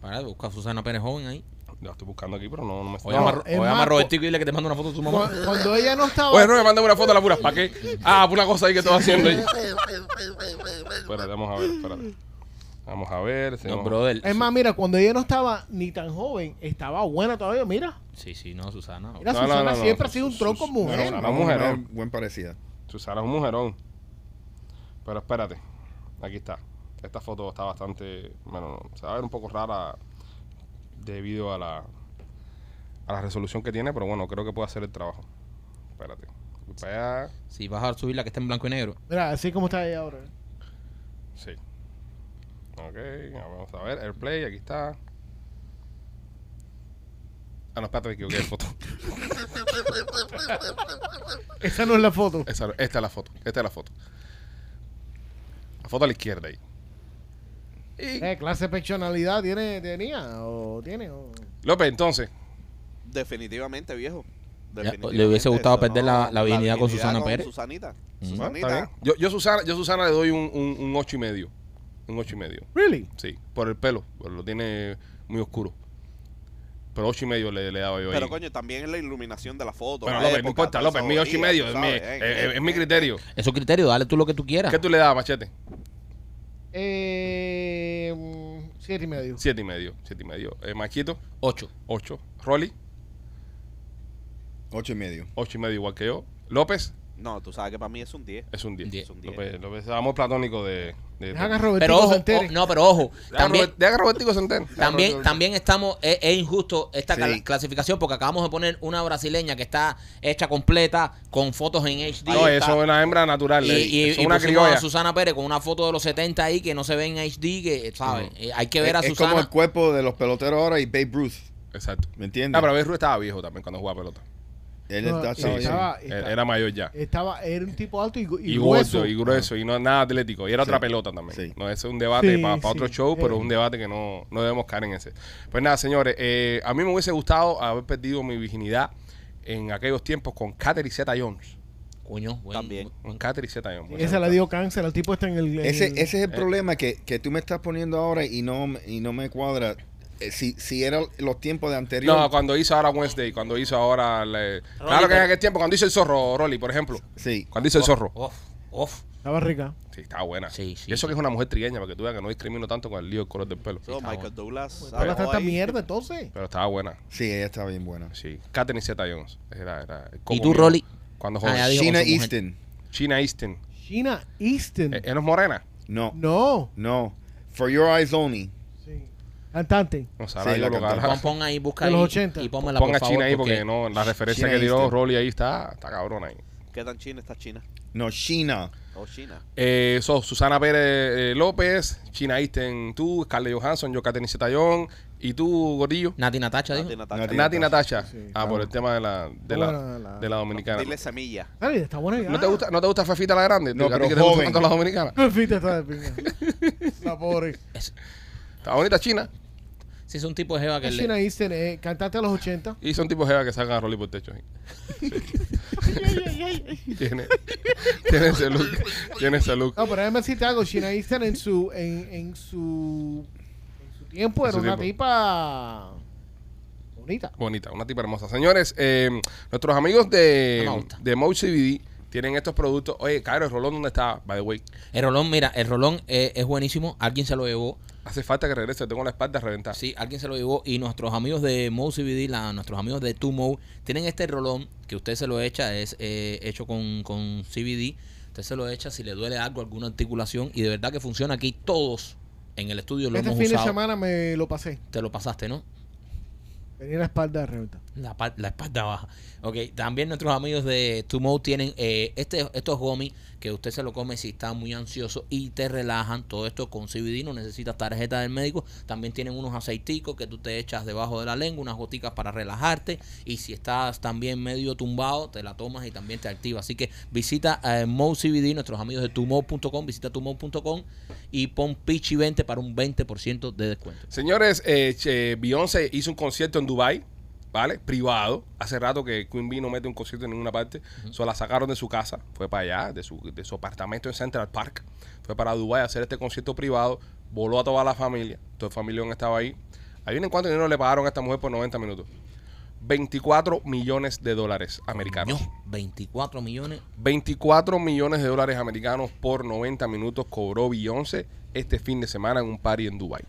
Para busca a Susana Pérez joven ahí.
La estoy buscando aquí, pero no, no me
O
está.
llama,
No.
o
es
llama a
más,
Robertico y dile que te manda una foto de tu
Cu-
mamá.
Cuando ella no estaba.
Oye, no me mandame una foto a la pura, ¿para qué? Ah, por una cosa ahí que estoy haciendo ahí. Espérate, vamos a ver, espérate. Vamos a ver.
No,
señor.
brother.
es más, mira, cuando ella no estaba ni tan joven, estaba buena todavía. Mira,
Sí, sí, no, Susana.
mira,
No, no,
Susana
no, no.
siempre ha sido un tronco mujer.
no,
Una
no, mujer,
mujer
no.
Buen parecida.
Susana es un mujerón. Pero espérate, aquí está. Esta foto está bastante, bueno, no, se va a ver un poco rara debido a la a la resolución que tiene, pero bueno, creo que puede hacer el trabajo. Espérate. Voy para allá.
Si vas a subir la que está en blanco y negro.
Mira, así como está ella ahora.
Sí. Ok, vamos a ver. Airplay, aquí está. Ah, no, espérate, me equivoqué de foto.
Esa no es la foto.
Esa- esta es la foto. Esta es la foto. La foto a la izquierda ahí.
Eh, clase de pechonalidad tiene, tenía o tiene. o-
López, entonces.
Definitivamente, viejo.
Ya, pues, le hubiese gustado
eso,
perder la- la virginidad con Susana Pérez. Mm.
Susanita.
Bueno,
Susanita.
está bien. Yo, yo, Susana, yo Susana le doy un, un, un ocho y medio. Un ocho y medio.
Really?
Sí. Por el pelo. porque Lo tiene muy oscuro. Pero ocho y medio le, le daba yo ahí.
Pero coño, también es la iluminación de la foto.
Bueno,
la
López, no
época,
importa,
todo
López,
eso
mi ocho y
varía,
medio,
tú
es mi,
sabes,
eh,
eh,
eh, es
eh,
mi
eh.
criterio.
Eso es criterio, dale tú lo que tú quieras.
¿Qué tú le dabas, Machete?
Eh, mm, siete y medio.
Siete y medio, siete y medio. Eh, Maquito,
Ocho.
ocho. Rolly,
Ocho y medio.
ocho y medio igual que yo. López,
No, tú sabes que para mí es un 10.
es un diez.
Diez.
Es un diez.
López, López es el amor platónico de... de, de-
Deja que
Deja
Robertico
Pero ojo,
se entere.
o- no, pero ojo.
a
También, Ah,
Robert- deja que Robertico se entere. Deja a
también,
Robertico-
también estamos, es, es injusto esta
Sí.
cla- clasificación porque acabamos de poner una brasileña que está hecha completa con fotos en HD.
Ah, No,
está-
eso es una hembra natural.
ah. y,
eh.
y-
Eso
y
es una
pusimos a
criolla.
Susana Pérez con una foto de los 70 ahí que no se ve en HD, que, ¿sabes? Eh, Hay que ver a
es, es como
Susana.
el cuerpo de los peloteros ahora y Babe Ruth.
Exacto.
¿Me entiendes?
Ah, pero Ruiz estaba viejo también cuando jugaba pelota.
Él
No,
está,
sí,
estaba bien.
Ah, eh, estaba-
Él- Era mayor ya.
Estaba, era un tipo alto y, gu- y
Y
grueso.
gordo, y grueso, y no nada atlético. Y era otra
Sí.
pelota también.
Sí.
No, ese es un debate
Sí,
para, otro
sí.
show, pero
Eh.
un debate que no, no debemos caer en ese. Pues nada, señores, eh, a mí me hubiese gustado haber perdido mi virginidad en aquellos tiempos con Catherine Zeta Jones.
Coño, buen-
También.
Con Catherine Zeta Jones.
Esa le dio cáncer. El tipo está en el. en
Ese,
el-
ese es el
eh,
problema que, que tú me estás poniendo ahora y no, me- y no me cuadra. Eh, Si, si eran los tiempos de anterior.
No, cuando hizo ahora Wednesday, cuando hizo ahora. le- Claro que en
pero-
aquel tiempo, cuando hizo el zorro, Rolly, por ejemplo.
sí.
Cuando hizo el zorro.
oh, Uf, uf.
Estaba rica.
Sí, estaba buena.
Sí, sí,
y eso que es una mujer trigueña, para que tú veas que no discrimino tanto con el lío del color del pelo.
So, Michael Douglas.
Habla
sacó
tanta
ahí.
mierda entonces.
Pero estaba buena.
Sí, ella está bien buena.
Sí, Katherine Zeta Jones. Era, era el
¿Y
coco
tú,
mío.
Rolly?
Cuando
Ah,
joven.
ya dijo con
Sheena
su mujer.
Easton.
China Easton.
China Easton.
Eh, ¿Ella no es morena?
No, no.
no.
For Your Eyes Only.
Sí. Cantante.
No sabe
Sí,
yo
la
lo que
cantante.
habla.
Pon, pon ahí, busca
De los
ahí
80.
y pónmela,
Ponga
por favor,
China ahí porque
porque-
no, la referencia
China
que tiró
Easton.
Rolly ahí está, está cabrona ahí.
¿Qué tan china está China?
No, Sheena.
O China.
Eh, so, Susana Pérez eh, López, China Easton, tú, Scarlett Johansson, yo, Katherine Zeta-Jones, y tú, Gordillo.
Nati Natacha dijo.
Nati Natasha.
Nati
Nati Natasha.
Sí,
ah,
claro.
por el tema de la, de la,
Bueno, la-
de la dominicana.
Dile semilla.
Ay, está buena ya.
¿No te gusta, no te gusta Fefita la Grande?
No,
¿A ti
pero
que te gustan
joven.
tanto las dominicanas?
Fita está de pinga. La pobre.
Está bonita China.
Si es un tipo de jeva que le...
China Easton, eh, cantante de los 80.
Y son tipos jeva que sacan a Rolly por el techo. Sí. tiene, tiene ese look. Tiene ese look.
No, pero déjame decirte algo. China Easton en su, en, en su, en su tiempo
En
era
su
una
tiempo.
tipa bonita.
Bonita, una tipa hermosa. Señores, eh, nuestros amigos de,
No me gusta.
de Mode CBD tienen estos productos. Oye, Cairo, el rolón, ¿dónde está? By the way,
El rolón, mira, el rolón eh, es buenísimo. Alguien se lo llevó.
hace falta que regrese. Tengo la espalda reventada.
Sí, alguien se lo llevó. Y nuestros amigos de Mo CBD, la- nuestros amigos de Tumo, tienen este rolón que usted se lo echa, es eh, hecho con, con CBD. Usted se lo echa si le duele algo, alguna articulación. Y de verdad que funciona aquí todos en el estudio. Lo
Este
hemos
fin de
usado.
semana me lo pasé.
Te lo pasaste, ¿no?
Tenía la espalda de reventa.
La, par- la espalda baja. Ok, también nuestros amigos de Tumo tienen eh, este, estos gomis que usted se lo come si está muy ansioso y te relajan. Todo esto con CBD, no necesitas tarjeta del médico. También tienen unos aceiticos que tú te echas debajo de la lengua, unas goticas para relajarte. Y si estás también medio tumbado, te la tomas y también te activa. Así que visita eh, Mo CBD, nuestros amigos de tumo.com, visita tumo.com y pon Pichi 20 para un 20% de descuento.
Señores, eh, che, Beyoncé hizo un concierto en Dubai, ¿vale? Privado. Hace rato que Queen B no mete un concierto en ninguna parte. So, la sacaron de su casa, fue para allá, de su, de su apartamento en Central Park. Fue para Dubai a hacer este concierto privado. Voló a toda la familia. Todo el familión estaba ahí. Ahí en cuánto dinero le pagaron a esta mujer por 90 minutos. 24 millones de dólares americanos.
Coño, 24 millones
24 millones de dólares americanos por 90 minutos cobró Beyoncé este fin de semana en un party en Dubai.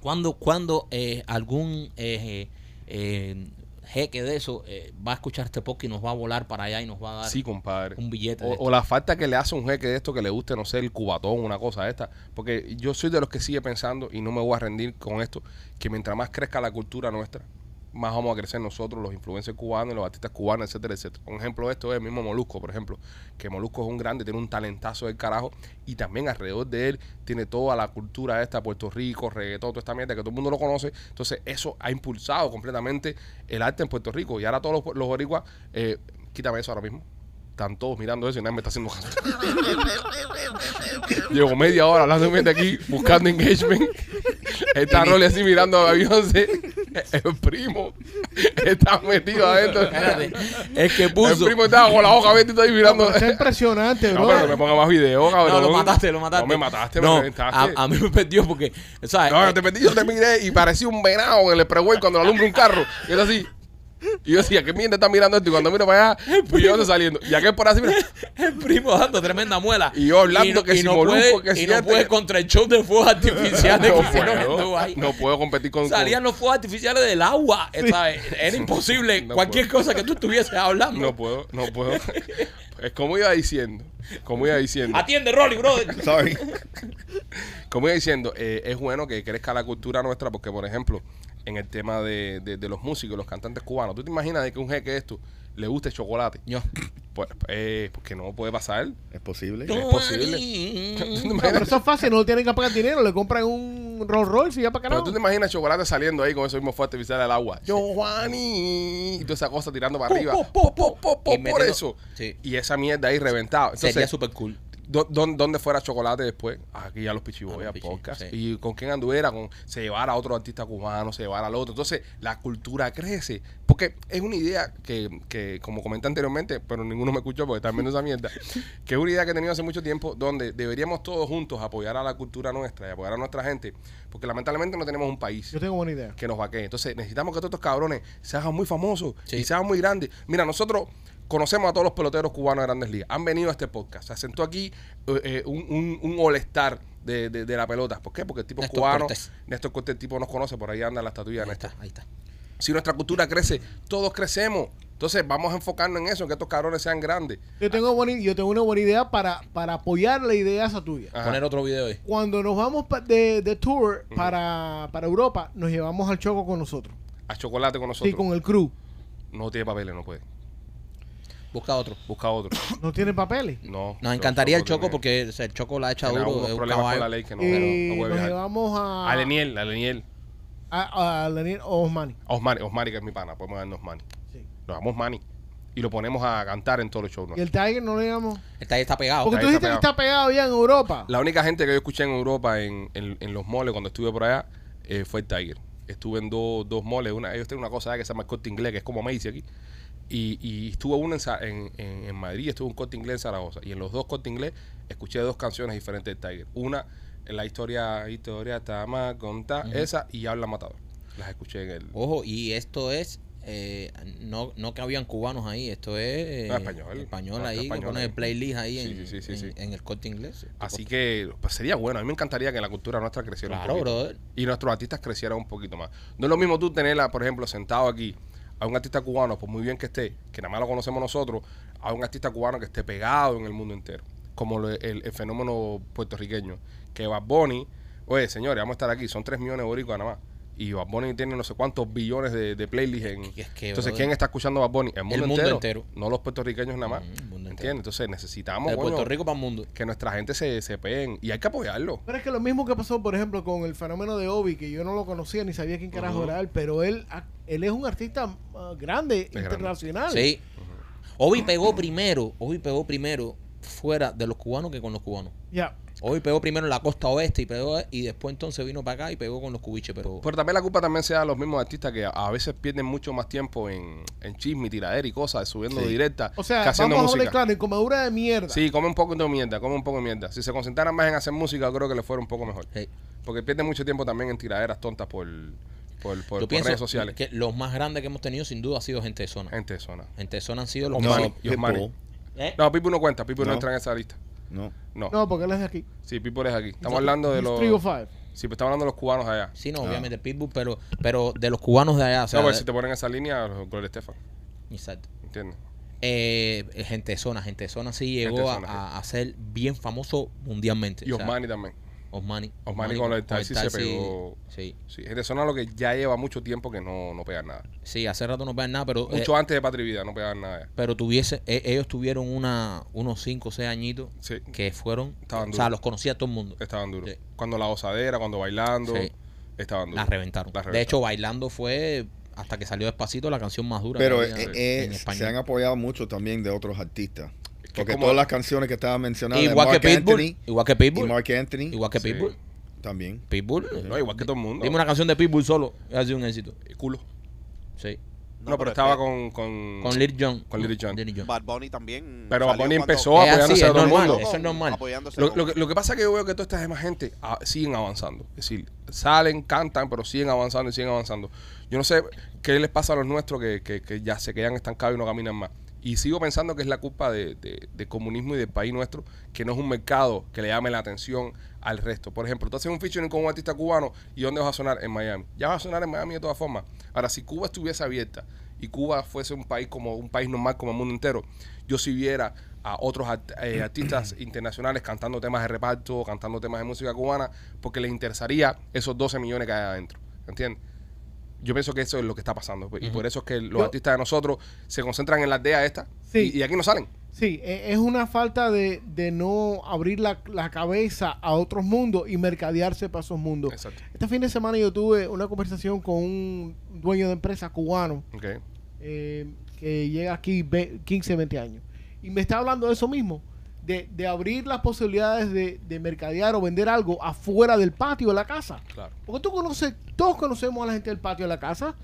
cuando cuando eh, algún eh, eh, eh, jeque de eso eh, va a escuchar este podcast y nos va a volar para allá y nos va a dar
Sí, compadre.
un billete de
O,
esto.
o la falta que le hace un jeque de esto que le guste, no sé, el cubatón, una cosa de esta. Porque yo soy de los que sigue pensando, y no me voy a rendir con esto, que mientras más crezca la cultura nuestra, más vamos a crecer nosotros, los influencers cubanos, los artistas cubanos, etcétera, etcétera. Un ejemplo de esto es el mismo Molusco, por ejemplo, que Molusco es un grande, tiene un talentazo del carajo, y también alrededor de él tiene toda la cultura esta, Puerto Rico, reggaetón, toda esta mierda que todo el mundo lo conoce. Entonces, eso ha impulsado completamente el arte en Puerto Rico. Y ahora todos los, los boricuas, eh, quítame eso ahora mismo. Están todos mirando eso y nadie me está haciendo caso. Llevo media hora hablando de aquí, buscando engagement. Está Rolly así mirando a Beyoncé. El primo. Está metido adentro.
Espérate. Es que
El
puso.
primo estaba con la hoja abierta y mirando.
Está impresionante,
No,
bro.
pero no me ponga más video,
No,
cabrón.
lo mataste, lo mataste.
No me mataste, me
no,
reventaste.
a, a mí me perdió porque, eh, ¿sabes?
No, yo te metí, yo te miré y parecía un venado en el preway cuando lo alumbra un carro. Y era así. Y yo decía, ¿qué mierda está mirando esto? Y cuando miro para allá, vi yo saliendo. Y aquel por así, mira.
El primo dando tremenda muela.
Y yo hablando que si
no
Molusco,
puede-
que si
Y no
este-
puede contra el show de fuegos artificiales que
No
hicieron en
puedo,
Dubái.
no puedo competir con. con-
Salían los fuegos artificiales del agua. eh, ¿sabes? Era imposible
No
cualquier cosa que tú estuvieses hablando.
No puedo, no puedo. Es como iba diciendo, como iba diciendo,
Atiende, Rolly, brother.
Sorry.
como iba diciendo, eh, es bueno que crezca la cultura nuestra porque, por ejemplo, en el tema de, de- de los músicos, los cantantes cubanos, ¿tú te imaginas de que un jeque de esto le guste el chocolate?
Yo.
Pues, eh, porque no puede pasar.
¿Es posible?
Es posible. ¿Tú te
No, pero
imaginas-
eso es fácil, no tienen que pagar dinero, le compran un Rolls Royce y ya para
Pero tú te
carajo.
imaginas chocolate saliendo ahí con eso mismo fuerte artificial del agua. Giovanni. Y toda esa cosa tirando para arriba.
po,
Po, po, po, por
Y metiendo-
eso.
Sí.
Y esa mierda ahí reventada. Entonces,
Sería súper cool.
¿dó- dón- ¿Dónde fuera chocolate después? Aquí a los pichiboy,
A los
a
Pichi,
podcast.
sí.
Y con quién anduviera, con, se llevara a otro artista cubano, se llevara al otro. Entonces, la cultura crece. Porque es una idea que, que, como comenté anteriormente, pero ninguno me escuchó porque están viendo esa mierda, que es una idea que he tenido hace mucho tiempo, donde deberíamos todos juntos apoyar a la cultura nuestra y apoyar a nuestra gente, porque lamentablemente no tenemos un país
Yo tengo buena idea.
que nos vaquee. Entonces necesitamos que todos estos cabrones se hagan muy famosos
Sí.
y se hagan muy grandes. Mira, nosotros conocemos a todos los peloteros cubanos de grandes ligas. Han venido a este podcast. Se sentó aquí eh, eh, un, un, un all-star de, de- de la pelota. ¿Por qué? Porque el tipo es
Néstor
cubano,
Cortés.
Néstor Cortés, el tipo nos conoce, por ahí anda la estatuilla de
Ahí
Néstor.
está, ahí está.
Si nuestra cultura crece, todos crecemos. Entonces vamos a enfocarnos en eso, en que estos cabrones sean grandes.
Yo tengo, buena, yo tengo una buena idea para, para apoyar la idea esa tuya.
Ajá.
Poner otro video ahí.
Cuando nos vamos pa- de, de tour para, para Europa, nos llevamos al Choco con nosotros.
A chocolate con nosotros.
Sí, con el crew.
No tiene papeles, no puede.
Busca otro.
Busca otro.
No tiene papeles.
No.
Nos encantaría el Choco
tiene-
porque o sea, el Choco la ha echado
tiene
duro.
algunos
Es un
problemas con
caballo.
la ley que no,
y
no puede
Eh, nos
viajar.
llevamos a...
A Leniel, a Leniel.
A, a Daniel Osmani.
Osmani, Osmani que es mi pana, podemos darnos Osmani.
Sí.
Nos damos Osmani y lo ponemos a cantar en todos los shows.
Y
nuestros.
el Tiger no le llamamos.
Está ahí, está pegado.
Porque
Ahí
tú
Ah, está
dijiste que está pegado ya en Europa.
La única gente que yo escuché en Europa en, en- en los moles cuando estuve por allá eh, fue el Tiger. Estuve en dos- dos moles, una, ellos tienen una cosa allá que se llama el corte inglés, que es como Macy aquí. Y, y estuvo uno en, Sa- en, en- en Madrid, estuvo un corte inglés en Zaragoza. Y en los dos cortes inglés escuché dos canciones diferentes del Tiger. Una, la historia, historia está más contada, esa y habla matador. Las escuché en el.
Ojo, y esto es. eh, no, no que habían cubanos ahí, esto es eh,
No, español. No,
ahí,
español
que pones
ahí.
el playlist ahí
Sí, sí,
en,
sí, sí,
en-
sí.
en el corte inglés.
Así que pues, sería bueno. A mí me encantaría que la cultura nuestra creciera
Claro,
un poquito.
brother.
Y nuestros artistas crecieran un poquito más. No es lo mismo tú tenerla, por ejemplo, sentado aquí a un artista cubano, por muy bien que esté, que nada más lo conocemos nosotros, a un artista cubano que esté pegado en el mundo entero. Como lo- el, el fenómeno puertorriqueño. Que Bad Bunny, oye, señores, vamos a estar aquí. Son 3 millones de boricuas nada más. Y Bad Bunny tiene no sé cuántos billones de, de playlists en...
que- es que,
Entonces,
brother.
¿quién está escuchando Bad Bunny? El mundo,
mundo
entero,
entero.
No los puertorriqueños nada más.
Mm, el mundo entero.
¿Entiendes? Entonces necesitamos...
de
coño,
Puerto Rico para el mundo.
que nuestra gente se, se peguen y hay que apoyarlo.
Pero es que lo mismo que pasó, por ejemplo, con el fenómeno de Obi, que yo no lo conocía ni sabía quién carajo
Ujú.
era él, pero él, ah, él es un artista ah, grande,
grande.
internacional.
Sí. Obi pegó primero, Obi pegó primero fuera de los cubanos que con los cubanos.
Ya.
Obi pegó primero en la costa oeste y pegó y después entonces vino para acá y pegó con los cubiches, pero
Pero también la culpa también sea a los mismos artistas que a, a veces pierden mucho más tiempo en, en chisme, y tiradera y cosas, subiendo directa
O sea,
que
vamos
haciendo
a hablar
música.
claro, en comadura de mierda.
Sí, come un poco de mierda, come un poco de mierda. Si se concentraran más en hacer música, creo que le fuera un poco mejor.
Sí.
Porque pierden mucho tiempo también en tiraderas tontas por, por, por- por redes sociales.
que los más grandes que hemos tenido sin duda ha sido gente de zona.
Gente de zona.
Gente de zona han sido los
No,
más...
Osmani, y Osmani.
Pitbull.
¿Eh?
No, Pipo no cuenta, Pipo no.
No.
entra en esa lista.
No.
No.
No, porque él es de aquí.
Sí, Pipo es aquí. Estamos hablando de
He's
los.
three of five.
Sí, pero estamos hablando de los cubanos allá.
Sí, no, obviamente Pitbull, pero, pero de los cubanos de allá. O sea,
no, pero
de-
pues si te ponen esa línea, los Gloria Estefan.
Exacto.
¿Entiendes?
Eh, gente de zona, gente de zona sí
Gente de
llegó a-
Zona, sí.
a, a ser bien famoso mundialmente.
Y
o sea,
Osmani también.
Osmani.
Osmani con el taxi se pegó.
Sí,
Sí, gente zona lo que ya lleva mucho tiempo que no, no pegan nada.
sí, hace rato no pegan nada, pero. eh,
Mucho antes de Patri Vida no pegaban nada. ya.
pero tuviese, eh, ellos tuvieron una, unos 5 o 6 añitos
Sí.
que fueron.
Estaban
o sea,
duros.
los conocía todo el mundo.
Estaban duros.
Sí.
Cuando la osadera, cuando bailando,
Sí.
estaban duros.
Las reventaron.
Las
De hecho, bailando fue hasta que salió despacito la canción más dura.
Pero
que había
eh, eh,
en
se han
español.
apoyado mucho también de otros artistas.
que
Porque
como-
todas las canciones que estaba mencionando,
Igual que,
Mark
Pitbull,
Anthony
igual que
y
Pitbull.
Mark Anthony
Igual que
Sí.
Pitbull.
también.
Pitbull. eh,
No, igual que todo el mundo.
Dime una canción de Pitbull solo. Ha sido un éxito.
Culo.
Sí.
No, pero estaba con. Con,
Con Lil Jon.
Mm, Con Lil Jon.
Lil Jon.
Bad Bunny también.
Pero Bad
salió
Bunny
cuando-
empezó
Es así,
apoyándose
es
a todo el
normal,
mundo.
eso es normal.
Apoyándose
Lo,
con-
lo que, lo que pasa es que yo veo que toda esta demás gente ah, siguen avanzando. Es decir, salen, cantan, pero siguen avanzando y siguen avanzando. Yo no sé qué les pasa a los nuestros que, que- que ya se quedan estancados y no caminan más. Y sigo pensando que es la culpa de, de- de comunismo y del país nuestro, que no es un mercado que le llame la atención al resto. Por ejemplo, tú haces un featuring con un artista cubano y ¿dónde vas a sonar? En Miami. Ya vas a sonar en Miami de todas formas. Ahora, si Cuba estuviese abierta y Cuba fuese un país como un país normal como el mundo entero, yo si viera a otros art- eh, artistas internacionales cantando temas de reparto, cantando temas de música cubana, porque les interesaría esos 12 millones que hay adentro. ¿Entiendes? Yo pienso que eso es lo que está pasando. pues, Y por eso es que los
Yo-
artistas de nosotros se concentran en la aldea esta
Sí.
y, y aquí no salen.
Sí, e- es una falta de, de no abrir la, la cabeza a otros mundos y mercadearse para esos mundos.
Exacto.
Este fin de semana yo tuve una conversación con un dueño de empresa cubano
Ok.
eh, que llega aquí ve- 15, 20 años. Y me está hablando de eso mismo, de, de abrir las posibilidades de, de mercadear o vender algo afuera del patio de la casa.
Claro.
Porque tú conoces, todos conocemos a la gente del patio de la casa.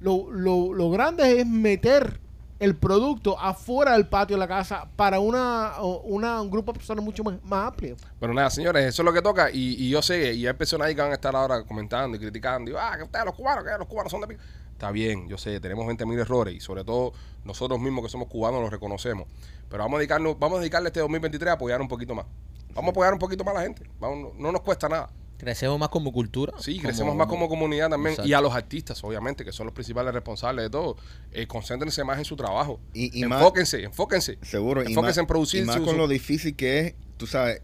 Lo, lo- lo grande es meter el producto afuera del patio de la casa para una, o- una- un grupo de personas mucho más, más amplio.
Pero nada, señores, eso es lo que toca. Y, y yo sé, y hay personas ahí que van a estar ahora comentando y criticando. Y, ah, que ustedes los cubanos, que los cubanos son de pico. Está bien, yo sé, tenemos 20.000 errores y sobre todo nosotros mismos que somos cubanos los reconocemos. Pero vamos a dedicarnos, vamos a dedicarle este 2023 a apoyar un poquito más. Vamos a apoyar un poquito más a la gente. Vamos, no- no nos cuesta nada.
Crecemos más como cultura.
Sí,
como-
crecemos más como comunidad también.
Exacto.
Y a los artistas, obviamente, que son los principales responsables de todo. Eh, concéntrense más en su trabajo.
Y- y más-
enfóquense, enfóquense.
Seguro. Y
Enfóquense
más,
en producir
y más
su-
con
su-
lo difícil que es, tú sabes,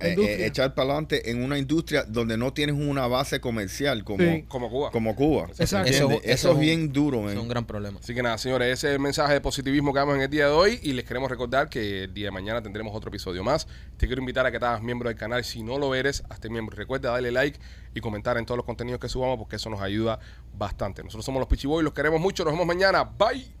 eh,
Industria.
eh, echar para adelante en una industria donde no tienes una base comercial como,
Sí.
como Cuba.
como Cuba.
Exacto.
¿Entiendes?
Eso-
Eso,
eso es
es
un-
bien duro, man.
Es un gran problema.
Así que nada, señores, ese es el mensaje de positivismo que damos en el día de hoy y les queremos recordar que el día de mañana tendremos otro episodio más. Te quiero invitar a que te hagas miembro del canal. Si no lo eres, hazte miembro. Recuerda darle like y comentar en todos los contenidos que subamos porque eso nos ayuda bastante. Nosotros somos los Pichiboy, los queremos mucho, nos vemos mañana. Bye.